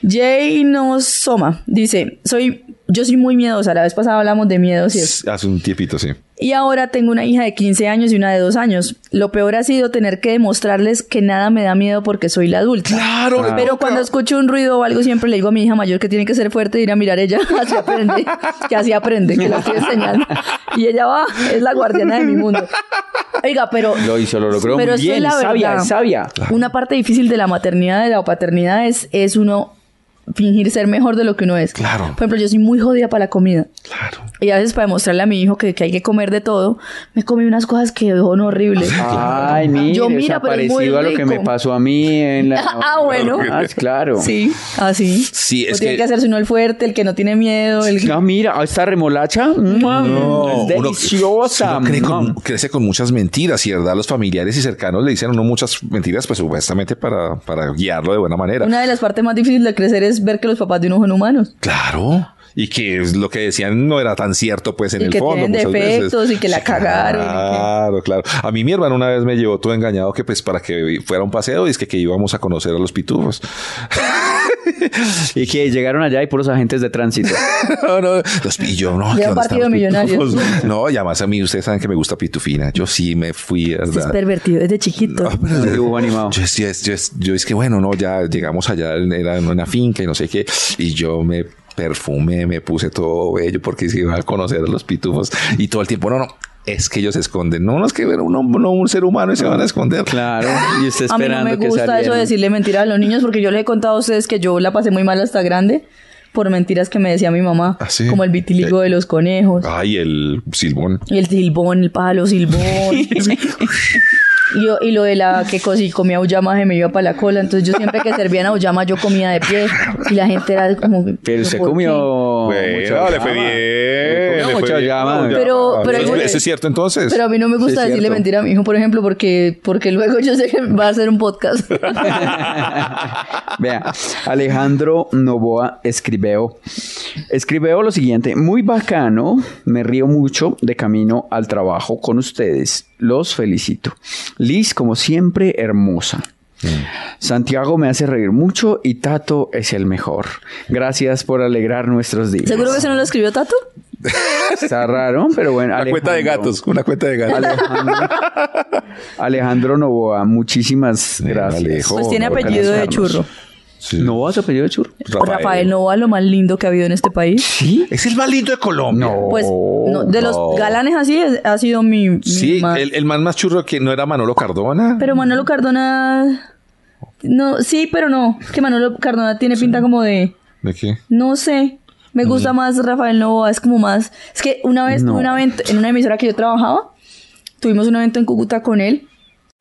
C: Jay nos soma. Dice, soy, yo soy muy miedosa. La vez pasada hablamos de miedos y eso.
B: Hace un tiempito, sí.
C: Y ahora tengo una hija de 15 años y una de 2 años. Lo peor ha sido tener que demostrarles que nada me da miedo porque soy la adulta.
B: Claro, les
C: Pero cuando escucho un ruido o algo, siempre le digo a mi hija mayor que tiene que ser fuerte y ir a mirar ella. Así aprende. Que así aprende, que la estoy enseñando. Y ella va, es la guardiana de mi mundo. Oiga, pero.
D: Lo hizo, lo logró
C: Pero esto
D: muy
C: es
D: bien,
C: la
D: sabia,
C: verdad.
D: sabia.
C: Una parte difícil de la maternidad, de la paternidad, es, es uno fingir ser mejor de lo que uno es.
B: Claro.
C: Por ejemplo, yo soy muy jodida para la comida.
B: Claro.
C: Y a veces para demostrarle a mi hijo que, que hay que comer de todo, me comí unas cosas que son horribles.
B: Ah,
D: Ay, mira,
C: Yo,
D: o sea,
C: mira, pero es muy
D: parecido a lo que
C: rico.
D: me pasó a mí en la...
C: Ah, bueno.
D: Ah, claro.
C: Sí, así.
B: Sí,
C: O
B: es
C: tiene
B: que-
C: que hacerse uno el fuerte, el que no tiene miedo, el
D: No, mira, ah, esta remolacha, ¡mua! es
B: uno-
D: deliciosa. Mm.
B: uno cree con-
D: ¡mua!
B: crece con muchas mentiras y verdad los familiares y cercanos le dicen a uno muchas mentiras, pues supuestamente para, para guiarlo de buena manera.
C: Una de las partes más difíciles de crecer es ver que los papás de uno son humanos.
B: Claro. Y que es lo que decían no era tan cierto, pues en
C: Y
B: el
C: que
B: fondo.
C: tienen
B: muchas
C: defectos
B: veces.
C: y que la
B: Sí,
C: cagaron y que-
B: Claro, claro. A mí mi hermano una vez me llevó todo engañado que pues para que fuera un paseo y es que, que íbamos a conocer a los pitufos.
D: Y que llegaron allá y puros agentes de tránsito.
B: No, no, los y yo no.
C: Ya
B: ¿qué dónde
C: un
B: están
C: partido
B: los
C: millonario.
B: pitufos? No, y además a mí ustedes saben que me gusta pitufina. Yo sí me fui,
C: Este es
B: ¿verdad?
C: pervertido desde chiquito.
B: Ah, pero-
D: Un dibujo animado.
B: Yo, es- yo es- yo es- yo es que bueno, no, ya llegamos allá, era en una finca y no sé qué, y yo me perfumé, me puse todo bello porque se iba a conocer a los pitufos y todo el tiempo, no, no, es que ellos se esconden, no, no es que ver un, hom- no, un ser humano y se van a esconder.
D: Claro, y usted
C: A mí no
D: esperando
C: me
D: que
C: gusta eso
D: salieran.
C: de decirle mentiras a los niños porque yo les he contado a ustedes que yo la pasé muy mal hasta grande por mentiras que me decía mi mamá,
B: ¿Ah, sí? Ah,
C: como el vitiligo de los conejos.
B: Ay, el silbón.
C: Y el silbón, el palo silbón. Y, yo- y lo de la que cosí, comía auyama se me iba para la cola. Entonces yo siempre que servían auyama yo comía de pie. Y la gente era como...
D: Pero usted
C: ¿por qué?
D: comió. mucha llama. Comió mucha llama.
C: Pero- pero-
B: eso, eso es cierto entonces.
C: Pero a mí no me gusta
D: es
C: decirle
D: cierto.
C: mentira a mi hijo, por ejemplo, porque, porque luego yo sé que va a hacer un podcast.
D: Vea, Alejandro Novoa escribeo. Escribeo lo siguiente, muy bacano, me río mucho de camino al trabajo con ustedes, los felicito. Liz, como siempre, hermosa. Santiago me hace reír mucho y Tato es el mejor. Gracias por alegrar nuestros días.
C: ¿Seguro que eso no lo escribió Tato?
D: Está raro, pero bueno.
B: una cuenta de
D: Alejandro.
B: gatos, una cuenta de gatos.
D: Alejandro, Alejandro Novoa, muchísimas
B: Bien,
D: gracias.
B: Alejo.
C: Pues
B: Oh,
C: tiene
B: no,
C: apellido de
D: Carlos.
C: churro.
B: Sí.
D: ¿Novoa su apellido de churro?
C: Rafael, Nova, lo más lindo que ha habido en este país.
D: Sí.
B: Es el más lindo de Colombia.
D: No.
C: Pues no, de
B: no.
D: Oh,
C: los galanes así es- ha sido mi... mi
B: Sí,
C: más-
B: el, el man más churro que no era Manolo Cardona.
C: Pero Manolo Cardona. No, sí, pero no. Es que Manolo Cardona tiene pinta como de.
B: ¿De qué?
C: No sé. Me gusta más Rafael Novoa, es como más. Es que una vez tuve un evento en una emisora que yo trabajaba, tuvimos un evento en Cúcuta con él.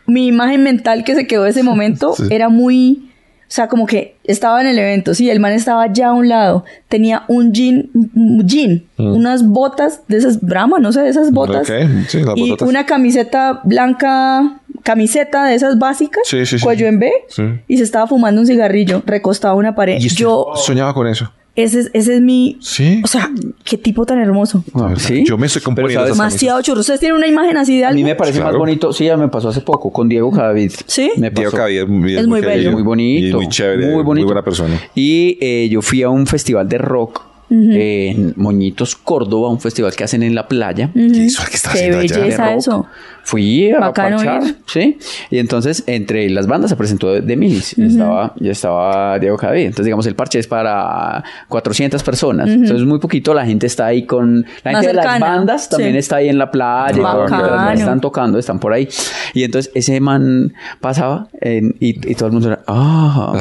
C: Mi imagen mental que se quedó de ese momento era muy. O sea, como que estaba en el evento, sí, el man estaba ya a un lado, tenía un jean, un jean, unas botas de esas Brahma, no sé, de esas botas.
B: Mm. Ok, sí, las
C: y
B: bototas.
C: una camiseta blanca, camiseta de esas básicas,
B: Sí, sí, sí.
C: cuello en B,
B: Sí.
C: y se estaba fumando un cigarrillo, recostado a una pared.
B: Y
C: Yo,
B: yo soñaba con eso.
C: ese, es- ese es mi.
B: Sí.
C: O sea, qué tipo tan hermoso.
D: Ah, ¿Sí?
B: Yo me estoy componiendo
D: Pero, ¿sabes?
B: esas
C: Demasiado churro. Ustedes tienen una imagen así de
D: A
C: algo.
D: mí me parece
B: Claro.
D: más bonito. Sí, ya me pasó hace poco con Diego Cadavid.
C: ¿Sí?
D: Me pasó.
B: Diego Cavia es,
C: Es muy bello.
D: Muy bonito.
B: Y muy chévere.
D: Muy bonito.
B: buena persona.
D: Y eh, yo fui a un festival de rock eh, en Moñitos, Córdoba, un festival que hacen en la playa.
B: ¿Qué hizo? ¿Qué está
C: Qué
B: haciendo allá?
D: de
C: belleza.
D: rock.
C: eso.
D: Fui a
C: Bacano
D: parchar,
C: ir.
D: sí. Y entonces, entre las bandas se presentó de Milis. estaba, ya estaba Diego Javi. Entonces, digamos, el parche es para 400 personas. Entonces, muy poquito la gente está ahí con... La
C: Más
D: gente de las
C: cercana,
D: bandas también
C: sí.
D: está ahí en la playa.
C: Bacano.
D: mientras no Están tocando, están por ahí. Y entonces, ese man pasaba en- y, y todo el mundo era... ¡Ah!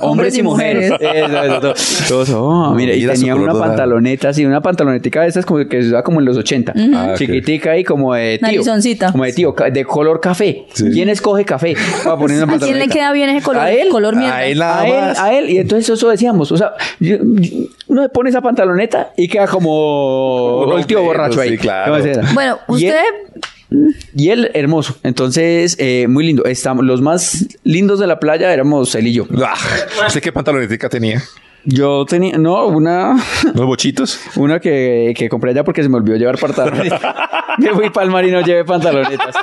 D: hombres y mujeres. Eh, Eso, eso, eso. Todos, "Ah", mira, y
B: Mira su
D: tenía
B: color
D: una
B: dorado.
D: pantaloneta así, una pantalonetica de esas como que se usaba como en los 80.
B: Ah, ok.
D: Chiquitica y como de tío.
C: Narizoncita.
D: Como de tío, ca- de color café. ¿Quién escoge café? Para poner una
C: ¿A quién le
D: pantaloneta?
C: queda bien ese color?
D: ¿A él?
C: Color mierda.
B: A él nada
D: a él,
B: más.
D: a él, y entonces eso decíamos, o sea, yo- yo- uno se pone esa pantaloneta y queda como el tío
B: Hombre,
D: borracho ahí.
B: sí, claro.
D: ¿Cómo se llama?
C: Bueno,
D: Y él-
C: usted...
D: y él, hermoso. Entonces, eh, muy lindo. Estamos, los más lindos de la playa éramos él y yo.
B: Ah, ¿Usted qué pantalonetica tenía?
D: Yo tenía, no, una,
B: ¿Unos bochitos?
D: Una que, que compré allá porque se me olvidó llevar pantalones. me fui para el marino, llevé pantalonetas.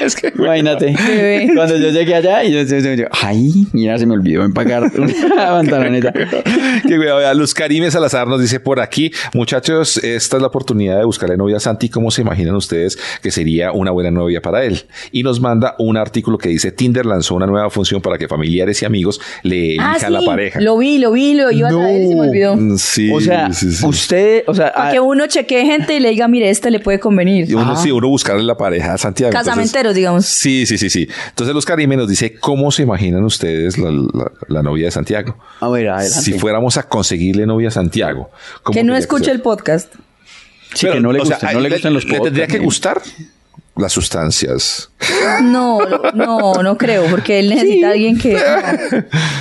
B: Es que...
D: Imagínate.
C: Bebé.
D: Cuando yo llegué allá, y yo, yo- yo- yo, ay, mira, se me olvidó empacar una pantaloneta.
B: que cuidado, vea, Luz Karime Salazar nos dice por aquí, muchachos, esta es la oportunidad de buscarle novia a Santi. ¿Cómo se imaginan ustedes que sería una buena novia para él? Y nos manda un artículo que dice Tinder lanzó una nueva función para que familiares y amigos le elijan
C: Ah,
B: la
C: sí,
B: pareja. Mm.
C: Lo vi, lo vi, lo iba a traer y se me olvidó.
B: Sí,
D: o sea,
B: sí, sí.
D: usted, o sea,
C: Para que uno chequee gente y le diga, mire, este le puede convenir.
B: Ah. Y uno, sí, uno buscarle la pareja a Santiago. entonces-
C: Casamenteros, digamos.
B: Sí, sí, sí, sí. Entonces Luz Karime nos dice cómo se imaginan ustedes la, la- la novia de Santiago.
D: a ver, adelante.
B: Si fuéramos a conseguirle novia a Santiago. ¿cómo
C: Que no
B: quería
C: escuche
B: sea?
C: el podcast.
D: Sí,
B: Pero,
D: que no le
B: o sea,
D: gusta, no le gustan los
B: Le tendría
D: podcasts,
B: que
D: ni-
B: gustar las sustancias.
C: No, no, no creo, porque él necesita a alguien que... no.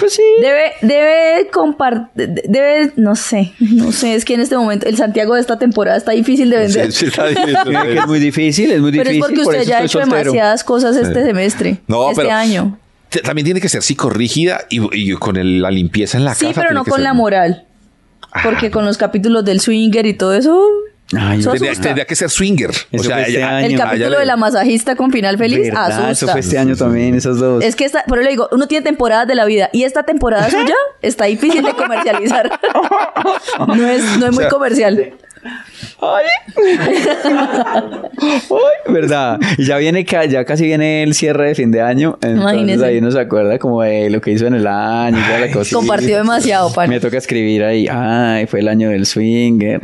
D: Pues sí.
C: Debe, debe compartir, debe, no sé, no sé, es que en este momento el Santiago de esta temporada está difícil de vender.
B: Sí, sí, está difícil.
D: Mira que es muy difícil, es muy
C: Pero es
D: difícil.
C: porque
D: por
C: usted
D: eso
C: ya ha
D: estoy
C: hecho
D: soltero.
C: demasiadas cosas este semestre,
B: No,
C: este
B: pero-
C: año.
B: Te- También tiene que ser psicorrígida y, y con el- la limpieza en la
C: Sí,
B: casa.
C: pero
B: tiene
C: no
B: que Ah.
C: con
B: ser-
C: la moral. Porque con los capítulos del swinger y todo eso,
D: Ay,
C: Eso
B: Tendría,
C: asusta.
B: tendría que ser swinger. O
D: Eso
B: sea,
D: fue este
B: ella-
D: año.
C: el
D: Ño,
B: a ella
C: capítulo
B: le-
C: de la masajista con final feliz
D: ¿verdad? Eso
C: Ah, asusta.
D: fue este año también, esas dos.
C: Es que esta, por eso le digo, uno tiene temporadas de la vida y esta temporada suya está difícil de comercializar. No es, no es muy comercial.
D: Ay. Ay, verdad. Y ya viene, ca- ya casi viene el cierre de fin de año. Entonces
C: Imagínese.
D: ahí uno se acuerda como de lo que hizo en el año y toda la cosa.
C: Compartió demasiado, pan.
D: Me toca escribir ahí. Ay, fue el año del swinger.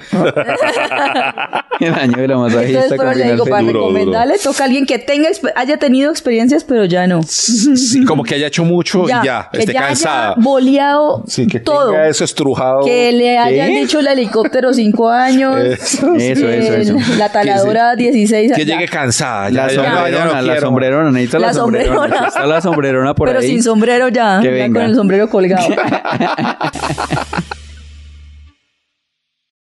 D: el año de la masajista.
C: Entonces, pero
D: con
C: le
D: final
C: digo, para
D: feliz.
B: duro,
C: recomendarle, toca a alguien que tenga, exper- haya tenido experiencias, pero ya no.
B: Sí, como que haya hecho mucho y ya,
C: que
B: esté
C: ya
B: cansada.
C: haya boleado
B: Sí, que
C: todo.
B: tenga eso estrujado. Eh,
C: Que le hayan
D: ¿Qué?
C: dicho el helicóptero 5 años.
B: Eso,
D: Eh, eso,
C: el-
D: eso, eso.
C: La taladora 16
B: Que
C: ya.
B: llegue cansada. ya,
D: La
B: ya, ya, ya no
D: sombrerona, la
B: quiero.
D: sombrerona, necesito la,
C: La
D: sombrerona.
C: sombrerona.
D: Está la sombrerona por
C: Pero
D: ahí.
C: sin sombrero ya.
D: Que
C: ya
D: venga.
C: con el sombrero colgado.